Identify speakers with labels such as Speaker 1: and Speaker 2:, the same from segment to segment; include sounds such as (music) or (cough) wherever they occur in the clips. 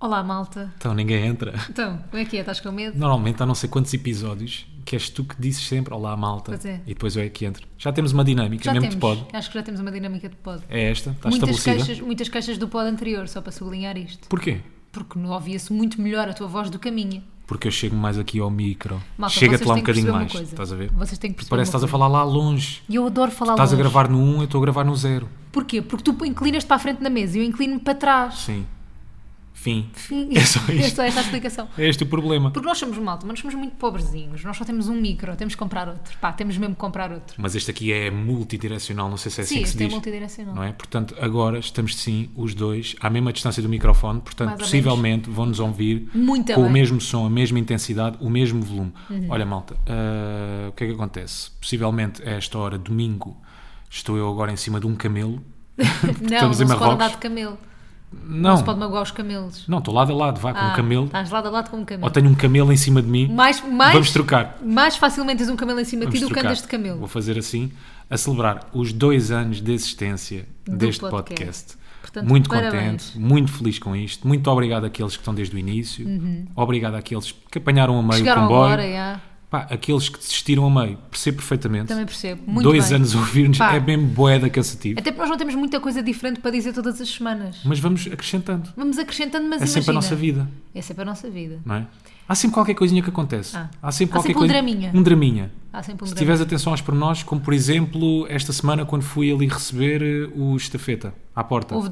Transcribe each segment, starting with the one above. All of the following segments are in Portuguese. Speaker 1: Olá, malta.
Speaker 2: Então ninguém entra.
Speaker 1: Então, como é que é? Estás com medo?
Speaker 2: Normalmente há não sei quantos episódios que és tu que dizes sempre Olá, malta.
Speaker 1: Pois é.
Speaker 2: E depois eu é que entro. Já temos uma dinâmica, é mesmo de pod.
Speaker 1: Acho que já temos uma dinâmica de pod.
Speaker 2: É esta, está
Speaker 1: Muitas
Speaker 2: estabelecida.
Speaker 1: caixas, muitas caixas do pod anterior, só para sublinhar isto.
Speaker 2: Porquê?
Speaker 1: Porque não ouvia-se muito melhor a tua voz do que a minha.
Speaker 2: Porque eu chego mais aqui ao micro.
Speaker 1: Malta,
Speaker 2: Chega-te
Speaker 1: vocês
Speaker 2: lá um
Speaker 1: têm que perceber
Speaker 2: bocadinho
Speaker 1: uma
Speaker 2: mais.
Speaker 1: coisa.
Speaker 2: Estás a ver?
Speaker 1: Vocês têm que perceber.
Speaker 2: Parece que
Speaker 1: uma
Speaker 2: estás a
Speaker 1: coisa.
Speaker 2: falar lá longe.
Speaker 1: E eu adoro falar
Speaker 2: Estás a
Speaker 1: longe.
Speaker 2: gravar no 1, eu estou a gravar no 0.
Speaker 1: Porquê? Porque tu inclinas-te para a frente da mesa e eu inclino-me para trás.
Speaker 2: Sim. Fim.
Speaker 1: Enfim,
Speaker 2: É só
Speaker 1: (laughs) é
Speaker 2: isto.
Speaker 1: só esta a explicação.
Speaker 2: É este o problema.
Speaker 1: Porque nós somos malta, mas somos muito pobrezinhos. Nós só temos um micro, temos que comprar outro. Pá, temos mesmo que comprar outro.
Speaker 2: Mas este aqui é multidirecional, não sei se é assim
Speaker 1: Sim,
Speaker 2: que se
Speaker 1: este é
Speaker 2: diz.
Speaker 1: multidirecional.
Speaker 2: Não é? Portanto, agora estamos sim, os dois, à mesma distância do microfone, portanto,
Speaker 1: Mais ou
Speaker 2: possivelmente vão-nos ouvir
Speaker 1: Muito
Speaker 2: com o
Speaker 1: bem.
Speaker 2: mesmo som, a mesma intensidade, o mesmo volume.
Speaker 1: Uhum.
Speaker 2: Olha, malta, ah, o que é que acontece? Possivelmente a esta hora, domingo, estou eu agora em cima de um camelo.
Speaker 1: (laughs) não, não
Speaker 2: estamos em
Speaker 1: se pode
Speaker 2: Marrocos.
Speaker 1: andar de camelo. Não se
Speaker 2: Não,
Speaker 1: pode magoar os camelos.
Speaker 2: não, estou lado a lado, vá, com um
Speaker 1: Ah,
Speaker 2: camelo.
Speaker 1: Estás lado a lado com um camelo.
Speaker 2: Ou tenho um camelo em cima de mim.
Speaker 1: Mais, mais,
Speaker 2: Vamos trocar.
Speaker 1: mais facilmente tens um camelo em cima de
Speaker 2: Vamos
Speaker 1: ti do que
Speaker 2: trocar.
Speaker 1: andas de camelo.
Speaker 2: Vou fazer assim, a celebrar os dois anos de existência
Speaker 1: Do
Speaker 2: deste
Speaker 1: podcast.
Speaker 2: podcast.
Speaker 1: Portanto,
Speaker 2: muito
Speaker 1: parabéns.
Speaker 2: contente, muito feliz com isto. Muito obrigado àqueles que estão desde o início. Obrigado àqueles que apanharam a meio
Speaker 1: Uhum. Chegaram
Speaker 2: o um comboio.
Speaker 1: agora, já.
Speaker 2: Pá, aqueles que desistiram a meio, percebo perfeitamente.
Speaker 1: Também percebo. Muito
Speaker 2: dois
Speaker 1: bem.
Speaker 2: anos a ouvir-nos
Speaker 1: Pá.
Speaker 2: é mesmo boeda cansativo.
Speaker 1: Até porque nós não temos muita coisa diferente para dizer todas as semanas.
Speaker 2: Mas vamos acrescentando.
Speaker 1: Vamos acrescentando, mas
Speaker 2: É sempre a
Speaker 1: imagina.
Speaker 2: nossa vida,
Speaker 1: É sempre a nossa vida.
Speaker 2: não é? Há sempre qualquer coisinha que acontece.
Speaker 1: Ah.
Speaker 2: Há sempre
Speaker 1: Há
Speaker 2: qualquer
Speaker 1: sempre um
Speaker 2: coisa.
Speaker 1: draminha.
Speaker 2: Um draminha.
Speaker 1: Há sempre um
Speaker 2: Se
Speaker 1: drama.
Speaker 2: tiveres atenção aos pormenores, como por exemplo, esta semana quando fui ali receber eh, o estafeta à porta, houve,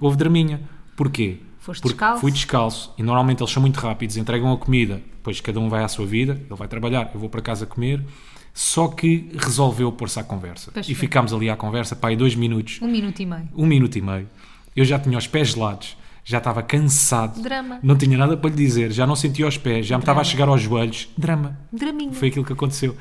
Speaker 1: Houve draminha.
Speaker 2: draminha. Porquê?
Speaker 1: Foste
Speaker 2: Porque
Speaker 1: descalço?
Speaker 2: fui descalço e normalmente eles são muito rápidos, entregam a comida, depois cada um vai à sua vida, ele vai trabalhar, eu vou para casa comer, só que resolveu pôr-se à conversa.
Speaker 1: Pois
Speaker 2: e
Speaker 1: foi.
Speaker 2: ficámos ali à conversa, pá, aí dois minutos,
Speaker 1: Um minuto e meio.
Speaker 2: um minuto e meio. Eu já tinha os pés gelados, já estava cansado,
Speaker 1: Drama.
Speaker 2: não tinha nada para lhe dizer, já não sentia os pés, já me estava a
Speaker 1: Drama.
Speaker 2: chegar aos joelhos. Drama.
Speaker 1: Draminha.
Speaker 2: Foi aquilo que aconteceu.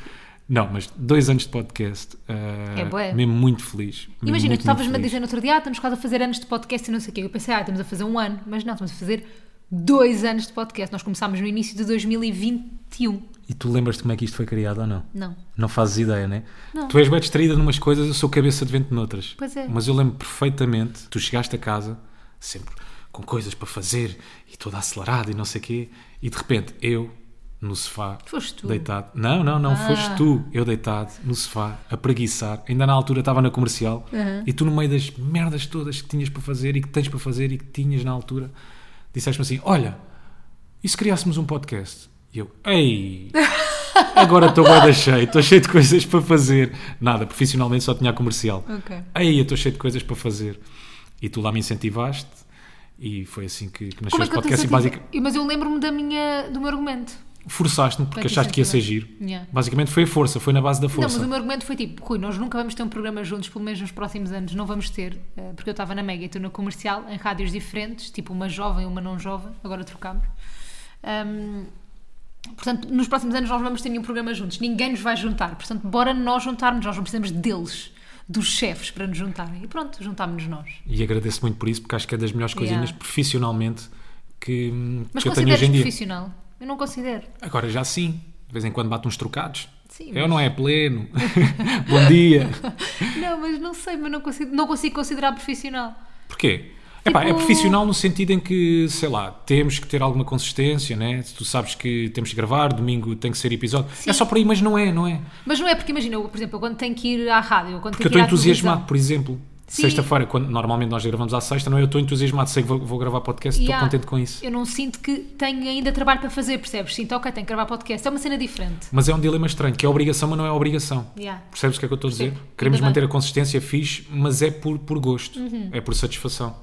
Speaker 2: Não, mas dois anos de podcast. ah,
Speaker 1: É bué.
Speaker 2: Mesmo muito feliz. mesmo
Speaker 1: Imagina,
Speaker 2: muito,
Speaker 1: tu estavas-me a
Speaker 2: muito feliz.
Speaker 1: dizer no outro dia, ah, estamos quase a fazer anos de podcast e não sei o quê. Eu pensei, ah, estamos a fazer um ano. Mas não, estamos a fazer dois anos de podcast. Nós começámos no início de 2021.
Speaker 2: E tu lembras-te como é que isto foi criado ou não?
Speaker 1: Não.
Speaker 2: Não fazes ideia, né?
Speaker 1: Não.
Speaker 2: Tu és bem distraída numas coisas, eu sou cabeça de vento noutras.
Speaker 1: Pois é.
Speaker 2: Mas eu lembro perfeitamente, tu chegaste a casa, sempre com coisas para fazer e toda acelerada e não sei o quê, e de repente eu, no sofá,
Speaker 1: Foste tu.
Speaker 2: deitado. Não, não, não,
Speaker 1: Ah.
Speaker 2: foste tu, eu deitado, no sofá, a preguiçar. Ainda na altura estava na comercial
Speaker 1: Aham.
Speaker 2: e tu, no meio das merdas todas que tinhas para fazer e que tens para fazer e que tinhas na altura, disseste-me assim: Olha, e se criássemos um podcast? E eu, ei!
Speaker 1: (laughs)
Speaker 2: Agora estou guarda cheio, estou cheio de coisas para fazer. Nada, profissionalmente só tinha a comercial.
Speaker 1: Ok.
Speaker 2: Ei, eu estou cheio de coisas para fazer. E tu lá me incentivaste e foi assim que, que nasceu
Speaker 1: Como é
Speaker 2: este
Speaker 1: que eu te
Speaker 2: podcast. E
Speaker 1: senti-
Speaker 2: basic-
Speaker 1: Mas eu lembro-me da minha, do meu argumento.
Speaker 2: forçaste-me
Speaker 1: Para
Speaker 2: porque
Speaker 1: te
Speaker 2: achaste que ia ser
Speaker 1: incentivar.
Speaker 2: giro.
Speaker 1: Yeah.
Speaker 2: Basicamente foi a força, foi na base da
Speaker 1: Não,
Speaker 2: força.
Speaker 1: mas o meu argumento foi tipo, Rui, nós nunca vamos ter um programa juntos, pelo menos nos próximos anos, não vamos ter, eh, porque eu estava na Mega e tu na comercial, em rádios diferentes, tipo uma jovem e uma não jovem, agora trocámos. Ahm, portanto, nos próximos anos nós não vamos ter nenhum programa juntos, ninguém nos vai juntar, portanto, bora nós juntarmos, nós não precisamos deles, dos chefes, para nos juntarem. E pronto, juntámos-nos nós.
Speaker 2: E agradeço muito por isso, porque acho que é das melhores
Speaker 1: Yeah.
Speaker 2: coisinhas profissionalmente que,
Speaker 1: Mas
Speaker 2: que eu tenho hoje em
Speaker 1: consideras
Speaker 2: dia.
Speaker 1: profissional? Eu não considero.
Speaker 2: Agora já sim, de vez em quando bato uns trocados.
Speaker 1: Sim,
Speaker 2: Eu não é pleno. (laughs) Bom dia.
Speaker 1: Não, mas não sei, mas não consigo, não consigo considerar profissional.
Speaker 2: Porquê? Epá, é
Speaker 1: Tipo-
Speaker 2: profissional no sentido em que, sei lá, temos que ter alguma consistência, né? Tu sabes que temos que gravar, domingo tem que ser episódio. É só por aí, mas não é, não é?
Speaker 1: Mas não é porque, imagina, eu, por exemplo, eu quando tenho que ir à rádio, eu quando
Speaker 2: Porque eu
Speaker 1: tenho que
Speaker 2: estou
Speaker 1: ir à televisão,
Speaker 2: entusiasmado, por exemplo.
Speaker 1: Sim.
Speaker 2: Sexta-feira, quando normalmente nós gravamos à sexta, não é? Eu estou entusiasmado, sei que vou, vou gravar podcast, estou
Speaker 1: Yeah.
Speaker 2: contente com isso.
Speaker 1: Eu não sinto que tenho ainda trabalho para fazer, percebes? Sinto, ok, tenho que gravar podcast. É uma cena diferente.
Speaker 2: Mas é um dilema estranho, que é obrigação, mas não é obrigação.
Speaker 1: Yeah.
Speaker 2: Percebes o que é que eu estou a dizer?
Speaker 1: Percebo.
Speaker 2: Queremos
Speaker 1: Ainda bem. Uhum.
Speaker 2: manter a consistência fixe, mas é por, por gosto, é por satisfação.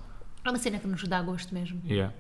Speaker 1: É uma cena que nos dá gosto mesmo.
Speaker 2: Yeah.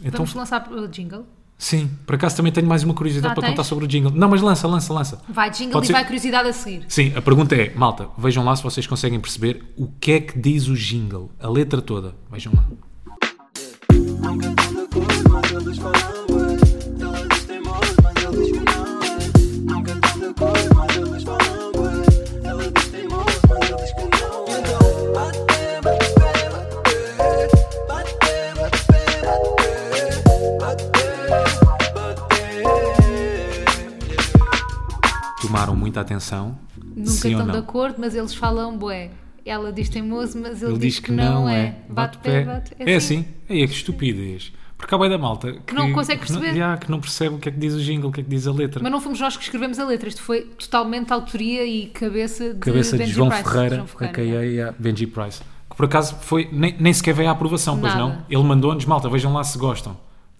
Speaker 2: Então,
Speaker 1: Vamos lançar o jingle?
Speaker 2: sim, por acaso também tenho mais uma curiosidade
Speaker 1: Ah,
Speaker 2: para
Speaker 1: tens?
Speaker 2: contar sobre o jingle. Não, mas lança, lança, lança.
Speaker 1: Vai jingle
Speaker 2: Pode
Speaker 1: e
Speaker 2: ser-
Speaker 1: vai curiosidade a seguir.
Speaker 2: Sim, a pergunta é, malta, vejam lá se vocês conseguem perceber o que é que diz o jingle, a letra toda. Vejam lá.
Speaker 3: I'm good on the course, my feelings for hours. Don't understand most, my feelings for hours. I'm good on the course, my feelings for hours. Don't understand most, my feelings for hours. You know, I did, I did, I did. I did, I did, I did. I did, I did, yeah.
Speaker 2: Tomaram muita atenção,
Speaker 1: Nunca
Speaker 2: sim ou
Speaker 1: estão de
Speaker 2: não?
Speaker 1: acordo, mas eles falam bué. Ela diz teimoso, mas ele,
Speaker 2: Ele diz que não é, bate pé.
Speaker 1: bate. assim.
Speaker 2: É assim, aí é que estupidez. Porque há bem da malta que,
Speaker 1: não consegue
Speaker 2: não-
Speaker 1: perceber.
Speaker 2: já, que não percebe o que é que diz o jingle, o que é que diz a letra.
Speaker 1: Mas não fomos nós que escrevemos a letra, isto foi totalmente autoria e cabeça de,
Speaker 2: Cabeça de
Speaker 1: é Benji
Speaker 2: João
Speaker 1: Price,
Speaker 2: Ferreira,
Speaker 1: João Ferreira, é.
Speaker 2: aka yeah, Benji Price. Que por acaso foi, nem, nem sequer veio à aprovação, pois
Speaker 1: Nada.
Speaker 2: não? Ele mandou-nos, malta, vejam lá se gostam.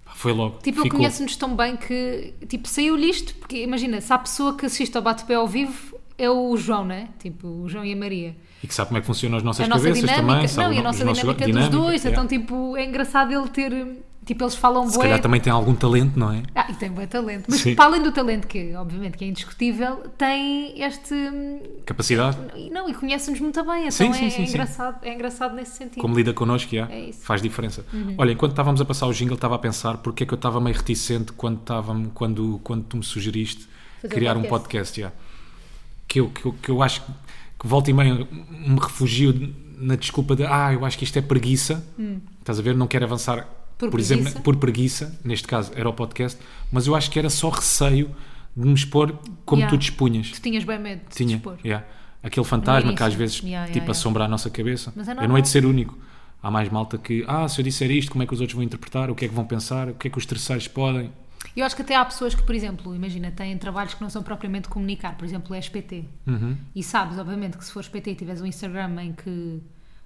Speaker 2: Pá, Foi logo.
Speaker 1: Tipo, ele
Speaker 2: ficou.
Speaker 1: conhece-nos tão bem que tipo, saiu-lhe isto, porque imagina, se há pessoa que assiste ao bate-pé ao vivo, é o João, né? Tipo, o João e a Maria.
Speaker 2: E que sabe como é que funcionam as nossas
Speaker 1: a nossa
Speaker 2: cabeças
Speaker 1: dinâmica,
Speaker 2: também.
Speaker 1: não, e
Speaker 2: sabe
Speaker 1: a
Speaker 2: o no-
Speaker 1: nossa
Speaker 2: os nossos-
Speaker 1: dinâmica,
Speaker 2: dinâmica,
Speaker 1: dos dois.
Speaker 2: yeah.
Speaker 1: Então, tipo, é engraçado ele ter. Tipo, eles falam
Speaker 2: Se
Speaker 1: bué.
Speaker 2: calhar também tem algum talento, não é?
Speaker 1: Ah, e tem bué talento. Mas
Speaker 2: Sim.
Speaker 1: para além do talento, que obviamente que é indiscutível, tem este. hum,
Speaker 2: Capacidade,
Speaker 1: e Não, e conhece-nos muito bem, então
Speaker 2: Sim,
Speaker 1: é,
Speaker 2: sim, sim,
Speaker 1: é
Speaker 2: sim.
Speaker 1: engraçado, é engraçado nesse sentido.
Speaker 2: como lida connosco, yeah,
Speaker 1: É isso.
Speaker 2: faz diferença. Olha, enquanto estávamos a passar o jingle, estava a pensar porque é que eu estava meio reticente quando, estava quando, quando tu me sugeriste
Speaker 1: Fazer um
Speaker 2: criar um
Speaker 1: podcast.
Speaker 2: podcast. yeah. que, eu, que, eu, que eu acho que volta e meia me refugio na desculpa de ah, eu acho que isto é preguiça. Estás a ver? Não quero avançar,
Speaker 1: Hum. Por
Speaker 2: por, exemplo,
Speaker 1: preguiça.
Speaker 2: por preguiça. Neste caso era o podcast, mas eu acho que era só receio de me expor como
Speaker 1: Yeah.
Speaker 2: tu dispunhas.
Speaker 1: Tu tinhas bem medo de
Speaker 2: Tinha,
Speaker 1: dispor.
Speaker 2: yeah. Aquele fantasma que
Speaker 1: início.
Speaker 2: às vezes
Speaker 1: Yeah, yeah,
Speaker 2: tipo
Speaker 1: yeah.
Speaker 2: assombra a nossa cabeça.
Speaker 1: Mas é
Speaker 2: eu não
Speaker 1: normal.
Speaker 2: hei de ser único. Há mais malta que, ah, se eu disser isto, como é que os outros vão interpretar? O que é que vão pensar? O que é que os terceiros podem?
Speaker 1: Eu acho que até há pessoas que, por exemplo, imagina, têm trabalhos que não são propriamente comunicar, por exemplo, és PT.
Speaker 2: Uhum.
Speaker 1: E sabes, obviamente, que se fores PT e tiveres um Instagram em que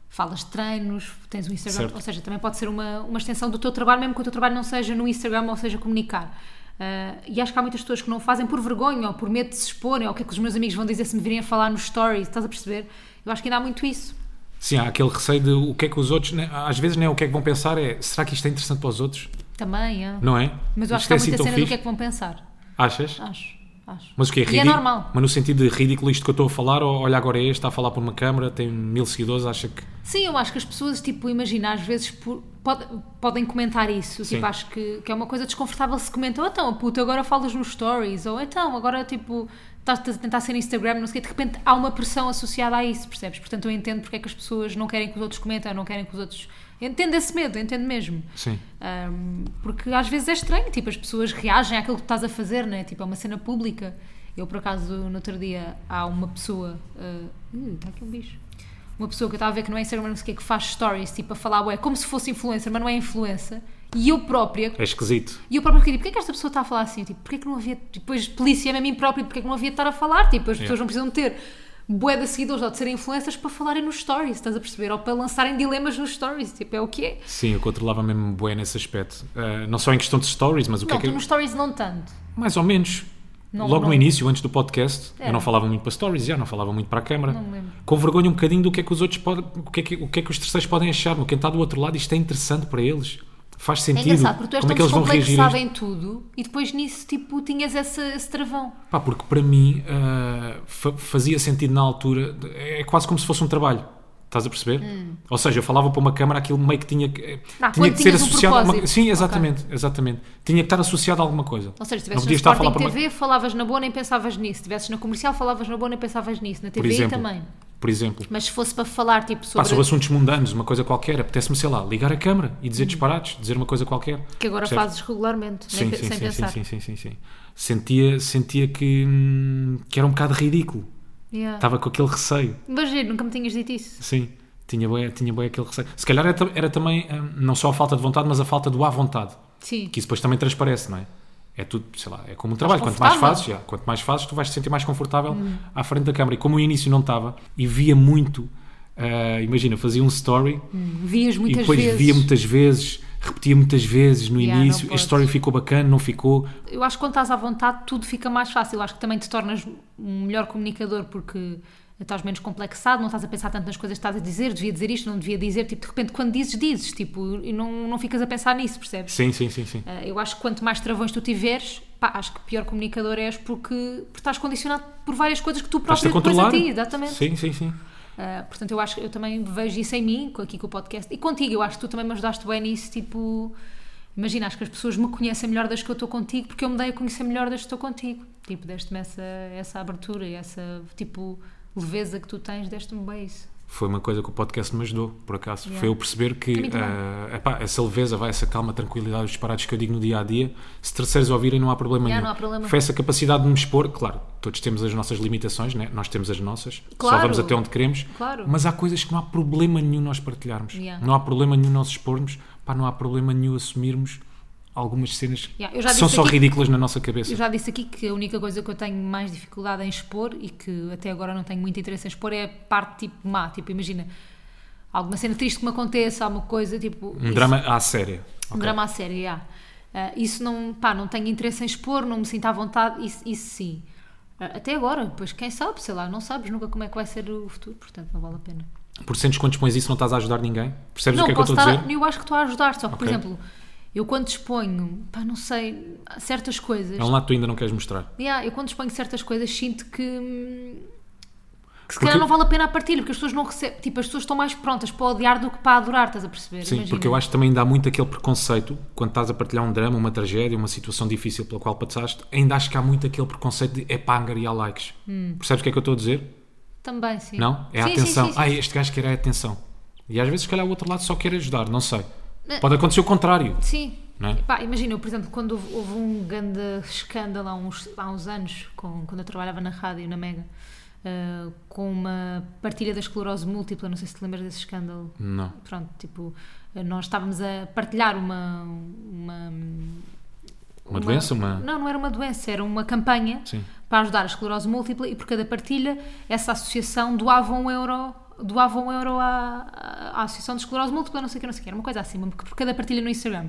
Speaker 1: falas de treinos, tens um Instagram,
Speaker 2: Certo.
Speaker 1: ou seja, também pode ser uma, uma extensão do teu trabalho, mesmo que o teu trabalho não seja no Instagram ou seja comunicar. Ah, e acho que há muitas pessoas que não fazem por vergonha ou por medo de se exporem, ou o que é que os meus amigos vão dizer se me virem a falar nos stories, estás a perceber? Eu acho que ainda há muito isso.
Speaker 2: Sim, há aquele receio de o que é que os outros, né, às vezes nem é o que é que vão pensar, é será que isto é interessante para os outros?
Speaker 1: Também, é.
Speaker 2: Não é?
Speaker 1: Mas eu acho
Speaker 2: Isto
Speaker 1: que há
Speaker 2: assim
Speaker 1: muita
Speaker 2: tão
Speaker 1: cena do
Speaker 2: fixe?
Speaker 1: que é que vão pensar.
Speaker 2: Achas?
Speaker 1: Acho, acho.
Speaker 2: Mas o que é
Speaker 1: E é
Speaker 2: ridículo?
Speaker 1: normal.
Speaker 2: Mas no sentido de ridículo isto que eu estou a falar, ou olha agora é este, está a falar por uma câmara, tem mil seguidores, acha que.
Speaker 1: Sim, eu acho que as pessoas, tipo, imagina, às vezes por- pod- podem comentar isso.
Speaker 2: Sim.
Speaker 1: Tipo, acho que, que é uma coisa desconfortável se comentam. "Oh, Então, puta, agora falas nos stories. Ou então, agora, tipo, estás a tentar ser Instagram, não sei o quê. De repente há uma pressão associada a isso, percebes? Portanto, eu entendo porque é que as pessoas não querem que os outros comentem, não querem que os outros... Entendo esse medo, entendo mesmo.
Speaker 2: Sim.
Speaker 1: Ahm, porque às vezes é estranho, tipo, as pessoas reagem àquilo que tu estás a fazer, né? Tipo, é uma cena pública. Eu, por acaso, no outro dia, há uma pessoa. está aqui um bicho. Uma pessoa que eu estava a ver que não é Instagram, não sei o que, que faz stories, tipo, a falar, ué, como se fosse influencer, mas não é influencer. E eu própria.
Speaker 2: É esquisito.
Speaker 1: E eu própria fiquei, tipo, porquê é que esta pessoa está a falar assim? Eu, Tipo, porquê é que não havia. Depois, polícia-me a mim própria, porquê é que não havia de estar a falar? Tipo, as pessoas não precisam de ter bué de seguidores ou de serem influencers para falarem nos stories, estás a perceber? Ou para lançarem dilemas nos stories, tipo, é o que é.
Speaker 2: Sim, eu controlava mesmo bem nesse aspecto. Ah, não só em questão de stories, mas o que
Speaker 1: Não,
Speaker 2: é que.
Speaker 1: tu nos stories não tanto.
Speaker 2: Mais ou menos.
Speaker 1: Não-
Speaker 2: Logo
Speaker 1: não-
Speaker 2: no início, antes do podcast,
Speaker 1: É.
Speaker 2: eu não falava muito para stories, já não falava muito para a câmara.
Speaker 1: Não me lembro.
Speaker 2: Com vergonha um bocadinho do que é que os outros podem, o que é que, o que é que os terceiros podem achar, mas quem está do outro lado, isto é interessante para eles. Faz
Speaker 1: É
Speaker 2: sentido.
Speaker 1: engraçado, porque tu és
Speaker 2: Como é que
Speaker 1: tão
Speaker 2: eles vão reagir? a
Speaker 1: descomplexado
Speaker 2: isto?
Speaker 1: em tudo e depois nisso, tipo, tinhas esse, esse travão.
Speaker 2: Pá, porque para mim ah, fa- fazia sentido na altura, é quase como se fosse um trabalho. Estás a perceber? Ou seja, eu falava para uma câmara aquilo meio que tinha que,
Speaker 1: Hum. Ah,
Speaker 2: tinha
Speaker 1: quando
Speaker 2: que ser
Speaker 1: tinhas um
Speaker 2: associado a uma-
Speaker 1: propósito.
Speaker 2: Sim, exatamente, exatamente. Tinha que estar associado a alguma coisa.
Speaker 1: Ou seja, se
Speaker 2: Não
Speaker 1: estivesses
Speaker 2: podia
Speaker 1: na
Speaker 2: estar a falar
Speaker 1: Sporting
Speaker 2: para uma
Speaker 1: TV, falavas na boa nem pensavas nisso. Se estivesses na comercial, falavas na boa nem pensavas nisso. Na
Speaker 2: por
Speaker 1: TV
Speaker 2: exemplo,
Speaker 1: também.
Speaker 2: por exemplo.
Speaker 1: Mas se fosse para falar, tipo,
Speaker 2: Pá,
Speaker 1: sobre...
Speaker 2: Ah, sobre assuntos mundanos, uma coisa qualquer, apetece-me, sei lá, ligar a câmara e
Speaker 1: Uhum.
Speaker 2: dizer disparates, dizer uma coisa qualquer.
Speaker 1: Que agora
Speaker 2: Percebes?
Speaker 1: fazes regularmente,
Speaker 2: um Sim,
Speaker 1: nem pe-
Speaker 2: sim,
Speaker 1: sem
Speaker 2: sim, sim,
Speaker 1: pensar.
Speaker 2: sim, sim, sim, sim. Sentia, sentia que, hum, que era um bocado ridículo.
Speaker 1: Yeah.
Speaker 2: Estava com aquele receio.
Speaker 1: Mas giro, nunca me tinhas dito isso.
Speaker 2: Sim, tinha bem, tinha bem aquele receio. Se calhar era, ta- era também hum, não só a falta de vontade, mas a falta do à vontade.
Speaker 1: Sim.
Speaker 2: Que isso depois também transparece, não é? É tudo, sei lá, é como um trabalho. Quanto mais
Speaker 1: confortável. Hum.
Speaker 2: fazes, já, quanto mais fazes, tu vais te sentir mais confortável à frente da câmara. E como o início não estava e via muito, ah, imagina, fazia um story
Speaker 1: Hum, Vias muitas
Speaker 2: e depois
Speaker 1: vezes.
Speaker 2: via muitas vezes, repetia muitas vezes no
Speaker 1: Yeah, não
Speaker 2: início.
Speaker 1: podes.
Speaker 2: Este story ficou bacana, não ficou.
Speaker 1: Eu acho que quando estás à vontade tudo fica mais fácil. Eu acho que também te tornas um melhor comunicador porque estás menos complexado, não estás a pensar tanto nas coisas que estás a dizer, devia dizer isto, não devia dizer. Tipo, de repente, quando dizes, dizes. Tipo, e não, não ficas a pensar nisso, percebes?
Speaker 2: Sim, sim, sim, sim.
Speaker 1: Ah, Eu acho que quanto mais travões tu tiveres, pá, acho que pior comunicador és porque, porque estás condicionado por várias coisas que tu
Speaker 2: Estás-te
Speaker 1: próprio
Speaker 2: a
Speaker 1: depois
Speaker 2: controlar.
Speaker 1: a ti, exatamente.
Speaker 2: Sim, sim, sim.
Speaker 1: Ah, portanto, eu acho eu também vejo isso em mim, com- aqui com o podcast. E contigo, eu acho que tu também me ajudaste bem nisso. Tipo, imagina, acho que as pessoas me conhecem melhor das que eu estou contigo, porque eu me dei a conhecer melhor das que estou contigo. Tipo, deste-me essa, essa abertura e essa, tipo, leveza que tu tens, deste-me bem isso.
Speaker 2: Foi uma coisa que o podcast me ajudou, por acaso.
Speaker 1: Yeah. É
Speaker 2: Foi eu perceber que
Speaker 1: A mim também.
Speaker 2: ah, epá, essa leveza, vai, essa calma, tranquilidade, os disparados que eu digo no dia a dia, se terceiros ouvirem, não há problema
Speaker 1: Yeah,
Speaker 2: nenhum.
Speaker 1: não há problema.
Speaker 2: Foi essa capacidade de me expor, claro, todos temos as nossas limitações, né? nós temos as nossas,
Speaker 1: Claro.
Speaker 2: só vamos até onde queremos,
Speaker 1: Claro.
Speaker 2: mas há coisas que não há problema nenhum nós partilharmos,
Speaker 1: Yeah.
Speaker 2: não há problema nenhum nós expormos, pá, não há problema nenhum assumirmos algumas cenas
Speaker 1: Yeah, eu já
Speaker 2: que são
Speaker 1: disse
Speaker 2: só
Speaker 1: aqui-
Speaker 2: ridículas na nossa cabeça.
Speaker 1: Eu já disse aqui que a única coisa que eu tenho mais dificuldade em expor e que até agora não tenho muito interesse em expor é a parte tipo má. Tipo, imagina alguma cena triste que me aconteça, alguma coisa tipo.
Speaker 2: Um drama à séria.
Speaker 1: Um drama à sério, yeah. Ah, isso não, pá, não tenho interesse em expor, não me sinto à vontade, isso, isso sim. Ah, até agora, pois quem sabe, sei lá, não sabes nunca como é que vai ser o futuro, portanto não vale a pena.
Speaker 2: Por sentes quando expões isso não estás a ajudar ninguém? Percebes
Speaker 1: não,
Speaker 2: o que é que eu
Speaker 1: posso
Speaker 2: estou a
Speaker 1: estar,
Speaker 2: dizer?
Speaker 1: eu acho que estou a ajudar, só que, por
Speaker 2: Ok.
Speaker 1: exemplo, eu quando exponho, pá, não sei, certas coisas,
Speaker 2: É um lado que tu ainda não queres mostrar.
Speaker 1: yeah, eu quando exponho certas coisas sinto que, hum, que se
Speaker 2: Porque-
Speaker 1: calhar não vale a pena a partilha, porque as pessoas não recebem, tipo, as pessoas estão mais prontas para odiar do que para adorar, estás a perceber?
Speaker 2: Sim,
Speaker 1: Imagina.
Speaker 2: porque eu acho que também dá muito aquele preconceito quando estás a partilhar um drama, uma tragédia, uma situação difícil pela qual passaste, ainda acho que há muito aquele preconceito de é pá, angariar likes.
Speaker 1: Hum.
Speaker 2: Percebes o que é que eu estou a dizer?
Speaker 1: Também, sim.
Speaker 2: Não? É a
Speaker 1: Sim, sim,
Speaker 2: atenção.
Speaker 1: sim, sim,
Speaker 2: ah,
Speaker 1: sim.
Speaker 2: este gajo quer a atenção. E às vezes, se calhar, o outro lado só quer ajudar, não sei.
Speaker 1: Mas-
Speaker 2: Pode acontecer o contrário.
Speaker 1: Sim.
Speaker 2: Não é?
Speaker 1: Epá, imagina, eu, por exemplo, quando houve, houve um grande escândalo há uns, há uns anos, com- quando eu trabalhava na rádio, na Mega, ah, com uma partilha da esclerose múltipla, não sei se te lembras desse escândalo.
Speaker 2: Não.
Speaker 1: Pronto, tipo, nós estávamos a partilhar uma. Uma,
Speaker 2: Uma doença, uma-
Speaker 1: Não, não era uma doença, era uma campanha
Speaker 2: Sim.
Speaker 1: para ajudar a esclerose múltipla e por cada partilha essa associação doava um euro doava um euro à, à- à Associação de Esclerose Múltipla, não sei o que, não sei o que, era uma coisa assim, uma- por cada partilha no Instagram.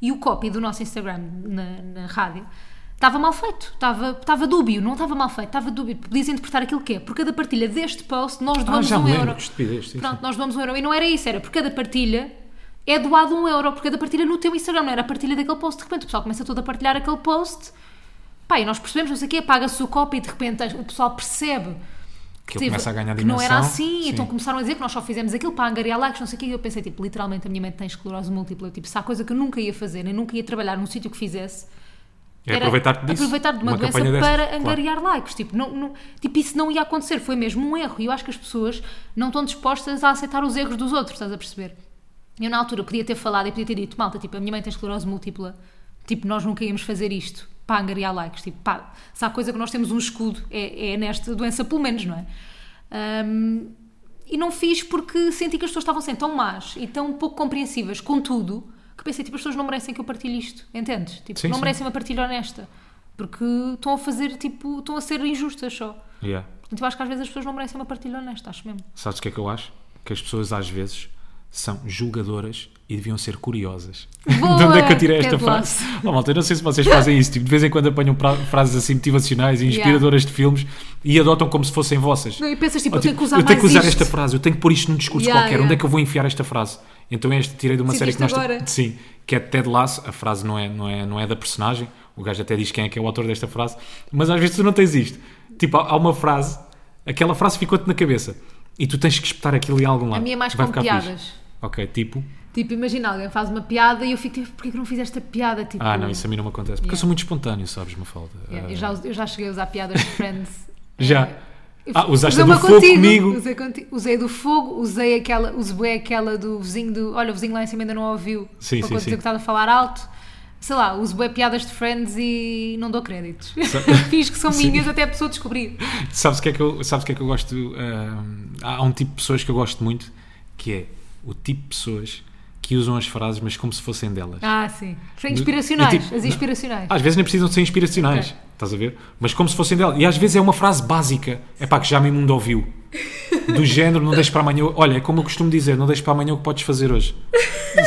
Speaker 1: E o copy do nosso Instagram na, na rádio estava mal feito, estava, estava dúbio, não estava mal feito, estava dúbio, podias interpretar aquilo que é. Por cada partilha deste post nós
Speaker 2: Ah,
Speaker 1: doamos
Speaker 2: já
Speaker 1: um
Speaker 2: me
Speaker 1: euro.
Speaker 2: lembro, que estupidez. Sim,
Speaker 1: Pronto,
Speaker 2: sim.
Speaker 1: nós doamos um euro. E não era isso, era por cada partilha é doado um euro por cada partilha no teu Instagram, não era a partilha daquele post. De repente o pessoal começa todo a partilhar aquele post, pá, e nós percebemos, não sei o quê, paga-se o copy e de repente o pessoal percebe tipo,
Speaker 2: Que ele começa a ganhar
Speaker 1: que não era
Speaker 2: dimensão.
Speaker 1: assim,
Speaker 2: Sim.
Speaker 1: então começaram a dizer que nós só fizemos aquilo para angariar likes, não sei o quê, e eu pensei, tipo, literalmente a minha mente tem esclerose múltipla, eu, tipo, se há coisa que eu nunca ia fazer, nem nunca ia trabalhar num sítio que fizesse,
Speaker 2: É aproveitar-te disso.
Speaker 1: aproveitar de uma, doença
Speaker 2: campanha
Speaker 1: para
Speaker 2: dessas, claro.
Speaker 1: angariar likes. Tipo, não, não- tipo, isso não ia acontecer. Foi mesmo um erro. E eu acho que as pessoas não estão dispostas a aceitar os erros dos outros, estás a perceber? Eu, na altura, podia ter falado e podia ter dito: malta, tipo, a minha mãe tem esclerose múltipla, tipo, nós nunca íamos fazer isto para angariar likes. Tipo, pá, se há coisa que nós temos um escudo, é, é nesta doença, pelo menos, não é? Ahm, e não fiz porque senti que as pessoas estavam sendo tão más e tão pouco compreensivas com tudo que pensei, tipo, as pessoas não merecem que eu partilhe isto, entendes? Tipo,
Speaker 2: Sim,
Speaker 1: não
Speaker 2: sim.
Speaker 1: merecem uma partilha honesta porque estão a fazer, tipo, estão a ser injustas só.
Speaker 2: Yeah.
Speaker 1: Portanto, eu acho que às vezes as pessoas não merecem uma partilha honesta, acho mesmo.
Speaker 2: Sabes o que é que eu acho? Que as pessoas às vezes são julgadoras e deviam ser curiosas. (laughs) de onde é que eu tirei
Speaker 1: Boa,
Speaker 2: esta
Speaker 1: Ted
Speaker 2: frase? (laughs) Oh, malta, eu não sei se vocês fazem isso. Tipo, de vez em quando apanham pra- frases assim motivacionais e inspiradoras de filmes e adotam como se fossem vossas.
Speaker 1: Não, e pensas, tipo,
Speaker 2: Ou,
Speaker 1: eu tenho que usar
Speaker 2: eu tenho
Speaker 1: mais
Speaker 2: que usar
Speaker 1: isto.
Speaker 2: esta frase, eu tenho que pôr isto num discurso
Speaker 1: Yeah,
Speaker 2: qualquer.
Speaker 1: yeah.
Speaker 2: Onde é que eu vou enfiar esta frase? Então este tirei de uma
Speaker 1: Sim,
Speaker 2: série que
Speaker 1: viste
Speaker 2: nós
Speaker 1: agora.
Speaker 2: Sim, que é de Ted Lasso. A frase não é, não, é, não é da personagem. O gajo até diz quem é que é o autor desta frase. Mas às vezes tu não tens isto. Tipo, há, há uma frase, aquela frase ficou-te na cabeça e tu tens que espetar aquilo em algum lado.
Speaker 1: minha é mais
Speaker 2: Vai
Speaker 1: com
Speaker 2: ficar fixe.
Speaker 1: piadas.
Speaker 2: Ok, tipo.
Speaker 1: Tipo, imagina alguém faz uma piada e eu fico tipo, porquê que não fiz esta piada? Tipo,
Speaker 2: Ah, não, isso a mim não me acontece. Porque eu
Speaker 1: Yeah.
Speaker 2: sou muito espontâneo, sabes, Mafalda.
Speaker 1: yeah,
Speaker 2: Ah,
Speaker 1: eu, já, eu já cheguei a usar piadas de (laughs) Friends.
Speaker 2: já.
Speaker 1: Eu
Speaker 2: Ah, usaste
Speaker 1: usei
Speaker 2: a do
Speaker 1: uma
Speaker 2: fogo
Speaker 1: contigo,
Speaker 2: comigo.
Speaker 1: Usei, conti- usei do fogo, usei aquela, usei aquela do vizinho do. Olha, o vizinho lá em cima ainda não ouviu.
Speaker 2: Sim,
Speaker 1: para
Speaker 2: sim,
Speaker 1: quando
Speaker 2: sim.
Speaker 1: dizer que estava a falar alto. Sei lá, uso bué piadas de friends e não dou créditos. (laughs) Fiz que são
Speaker 2: Sim.
Speaker 1: minhas até a pessoa descobrir.
Speaker 2: Sabes o que é que eu, sabes o que é que eu gosto? ah, há um tipo de pessoas que eu gosto muito, que é o tipo de pessoas que usam as frases, mas como se fossem delas.
Speaker 1: Ah, sim. São
Speaker 2: Do-
Speaker 1: inspiracionais,
Speaker 2: e tipo-
Speaker 1: as inspiracionais.
Speaker 2: Às vezes nem precisam de ser inspiracionais,
Speaker 1: Ok.
Speaker 2: estás a ver? Mas como se fossem delas. E às vezes é uma frase básica, é pá, que já me mundo ouviu. Do género, não deixes para amanhã. o- Olha, é como eu costumo dizer, não deixes para amanhã o que podes fazer hoje.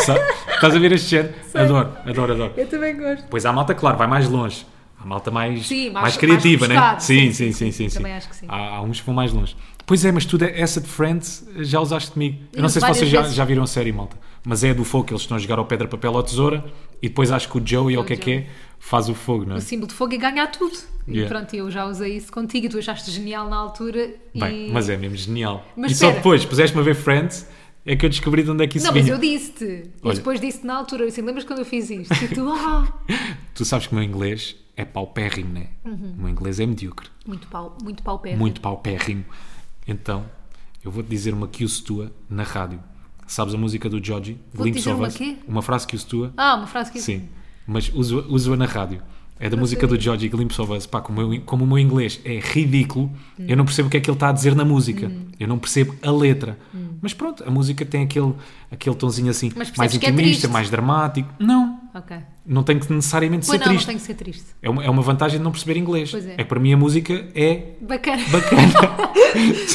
Speaker 2: Sabe? Estás a ver este género? Adoro, adoro, adoro.
Speaker 1: Eu também gosto.
Speaker 2: Pois há malta, claro, vai mais longe. Há malta mais,
Speaker 1: Sim, mais-
Speaker 2: mais, criativa,
Speaker 1: mais rebuscado.
Speaker 2: né? Sim,
Speaker 1: Sim,
Speaker 2: sim,
Speaker 1: sim,
Speaker 2: sim, sim.
Speaker 1: sim,
Speaker 2: sim.
Speaker 1: também acho que sim.
Speaker 2: Há, há uns que vão mais longe. Pois é, mas tu, de- essa de Friends, já usaste comigo. Eu não sei se
Speaker 1: várias
Speaker 2: vocês já,
Speaker 1: vezes.
Speaker 2: já viram a série, malta. Mas é do fogo, eles estão a jogar ao pedra, papel ou tesoura. E depois acho que o Joey, ou o que é que é, faz o fogo, não é?
Speaker 1: O símbolo de fogo é ganhar tudo. E
Speaker 2: Yeah.
Speaker 1: pronto, eu já usei isso contigo e tu achaste genial na altura.
Speaker 2: Bem,
Speaker 1: e...
Speaker 2: mas é mesmo genial.
Speaker 1: Mas
Speaker 2: e só
Speaker 1: espera.
Speaker 2: depois, puseste-me a ver Friends, é que eu descobri de onde é que isso
Speaker 1: Não,
Speaker 2: vinha.
Speaker 1: mas eu disse-te. Eu
Speaker 2: Olha.
Speaker 1: depois disse na altura, assim, lembras quando eu fiz isto? E tu, (laughs) ah,
Speaker 2: Tu sabes que o meu inglês é paupérrimo, né?
Speaker 1: Uhum.
Speaker 2: O meu inglês é medíocre.
Speaker 1: muito pau, muito pau
Speaker 2: É muito paupérrimo. Então, eu vou-te dizer uma que use tua na rádio. Sabes a música do Georgie?
Speaker 1: Vou-te
Speaker 2: Glimpse
Speaker 1: dizer
Speaker 2: of
Speaker 1: Ah, uma
Speaker 2: Us?
Speaker 1: quê?
Speaker 2: Uma frase que use tua?
Speaker 1: Ah, uma frase que eu
Speaker 2: Sim. Mas uso-a na rádio. É da música do George Glimpse of Us. Pá, como, eu- como o meu inglês é ridículo, eu não percebo o que é que ele está a dizer na música.
Speaker 1: Hum.
Speaker 2: Eu não percebo a letra. Mas pronto, a música tem aquele, aquele tonzinho assim
Speaker 1: Mas percebes
Speaker 2: mais
Speaker 1: que é
Speaker 2: intimista,
Speaker 1: triste.
Speaker 2: mais dramático. Não,
Speaker 1: Ok.
Speaker 2: não tem que necessariamente
Speaker 1: Pois não,
Speaker 2: ser
Speaker 1: não
Speaker 2: triste.
Speaker 1: tem que ser triste.
Speaker 2: É, uma, é uma vantagem de não perceber inglês.
Speaker 1: Pois é.
Speaker 2: que para mim a música é (laughs)
Speaker 1: Bacana.
Speaker 2: bacana.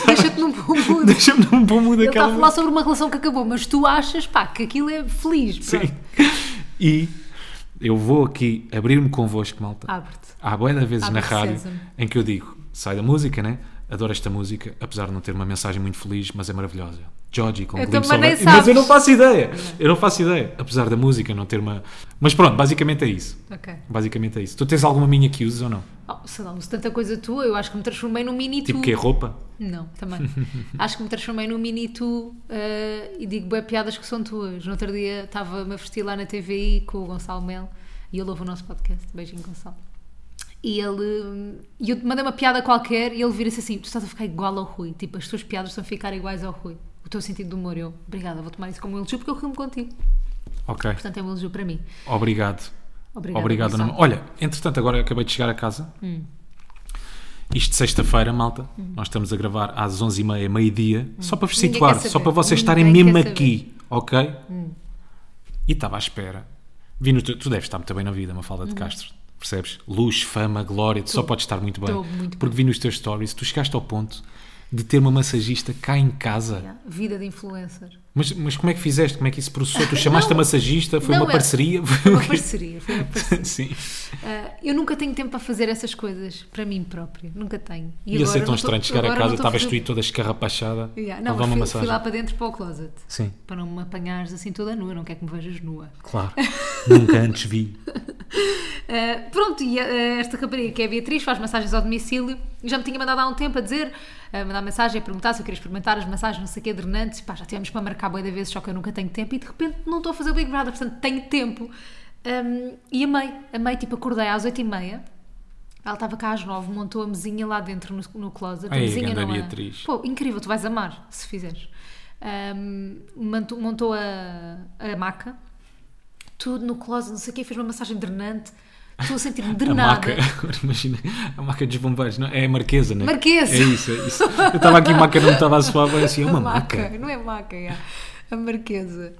Speaker 1: Deixa-te num bom mood.
Speaker 2: (laughs) Deixa-me num bom mood
Speaker 1: Ele está
Speaker 2: aquela
Speaker 1: a falar sobre uma relação que acabou, mas tu achas, pá, que aquilo é feliz.
Speaker 2: (laughs) Sim.
Speaker 1: Pronto.
Speaker 2: E eu vou aqui abrir-me convosco, malta.
Speaker 1: Abre-te.
Speaker 2: Há boia vezes na
Speaker 1: Abre-te,
Speaker 2: rádio
Speaker 1: César.
Speaker 2: em que eu digo, sai da música, né? Adoro esta música, apesar de não ter uma mensagem muito feliz, mas é maravilhosa. Georgie com
Speaker 1: Eu
Speaker 2: Glimpse
Speaker 1: também
Speaker 2: of-
Speaker 1: nem
Speaker 2: Mas
Speaker 1: sabes.
Speaker 2: eu não faço ideia. Eu não faço ideia. Apesar da música não ter uma... Mas pronto, basicamente é isso.
Speaker 1: Ok.
Speaker 2: Basicamente é isso. Tu tens alguma minha que uses ou não?
Speaker 1: Oh, sei lá, uso tanta coisa tua, eu acho que me transformei num mini tu.
Speaker 2: Tipo que é roupa?
Speaker 1: Não, também. (laughs) acho que me transformei num mini tu eh, e digo bem piadas que são tuas. No outro dia estava-me a vestir lá na TVI com o Gonçalo Mel e ele ouve o nosso podcast. Beijinho, Gonçalo. E ele. hum, E eu mandei uma piada qualquer e ele vira-se assim: Tu estás a ficar igual ao Rui. Tipo, as tuas piadas estão a ficar iguais ao Rui. O teu sentido de humor. Eu, obrigada, vou tomar isso como um elogio porque eu rimo contigo.
Speaker 2: Ok.
Speaker 1: Portanto, é um elogio para mim.
Speaker 2: Obrigado.
Speaker 1: Obrigada,
Speaker 2: Obrigado, Ana
Speaker 1: Gonçalo. Hum.
Speaker 2: Maria. Olha, entretanto, agora acabei de chegar a casa. Isto sexta-feira, malta. Nós estamos a gravar às 11h30, meio-dia. Só para vos
Speaker 1: Hum. Ninguém
Speaker 2: situar,
Speaker 1: quer saber.
Speaker 2: só para vocês
Speaker 1: Ninguém
Speaker 2: estarem
Speaker 1: quer
Speaker 2: mesmo
Speaker 1: saber. Hum.
Speaker 2: aqui, ok? E estava à espera. Vino, tu, tu deves estar muito bem na vida, Mafalda
Speaker 1: Uhum.
Speaker 2: de Castro. Percebes? Luz, fama, glória, tu só podes estar muito bem.
Speaker 1: Estou muito
Speaker 2: porque vi nos teus stories, tu chegaste ao ponto de ter uma massagista cá em casa.
Speaker 1: Yeah. Vida de influencer.
Speaker 2: Mas, mas como é que fizeste? Como é que isso
Speaker 1: (laughs)
Speaker 2: processou? Tu chamaste a massagista? Foi
Speaker 1: Não,
Speaker 2: uma
Speaker 1: é-
Speaker 2: parceria?
Speaker 1: Foi
Speaker 2: (laughs)
Speaker 1: uma parceria. Foi uma parceria.
Speaker 2: Sim.
Speaker 1: Ah, eu nunca tenho tempo para fazer essas coisas para mim própria. Nunca tenho. E
Speaker 2: Ia ser
Speaker 1: não
Speaker 2: tão estranho
Speaker 1: tô-
Speaker 2: chegar a
Speaker 1: agora
Speaker 2: casa,
Speaker 1: não tô
Speaker 2: estavas
Speaker 1: fazer-
Speaker 2: tu aí toda escarrapachada
Speaker 1: Yeah,
Speaker 2: a
Speaker 1: Não,
Speaker 2: levar
Speaker 1: mas fui,
Speaker 2: uma
Speaker 1: fui
Speaker 2: massagem.
Speaker 1: lá para dentro para o closet.
Speaker 2: Sim,
Speaker 1: Para não me apanhares assim toda nua, não quero que me vejas nua. (laughs)
Speaker 2: claro. Nunca antes vi.
Speaker 1: Ah, pronto, e ah, esta rapariga que é a Beatriz faz massagens ao domicílio e já me tinha mandado há um tempo a dizer, a mandar mensagem, a perguntar se eu queria experimentar as massagens, não sei o quê, drenantes. Pá, já tivemos para marcar boa da vez, só que eu nunca tenho tempo e de repente não estou a fazer o Big Brother, portanto tenho tempo. Ahm, e amei, amei, tipo, acordei às 8h30. Ela estava cá às 9, montou a mesinha lá dentro no, no closet. a
Speaker 2: Ai,
Speaker 1: mesinha
Speaker 2: ganda
Speaker 1: não é?
Speaker 2: Beatriz.
Speaker 1: Pô, incrível, tu vais amar se fizeres. Ahm, montou, montou a, a maca, tudo no closet, não sei o quê, fez uma massagem drenante. Estou a sentir-me
Speaker 2: (laughs) A
Speaker 1: drenada.
Speaker 2: maca, agora imagina, a maca dos bombeiros, não? é a marquesa, não é?
Speaker 1: Marquesa.
Speaker 2: É isso, é isso. Eu estava aqui, maca não me estava a soar bem, assim,
Speaker 1: (laughs)
Speaker 2: é uma maca.
Speaker 1: Não é maca, é. A marquesa.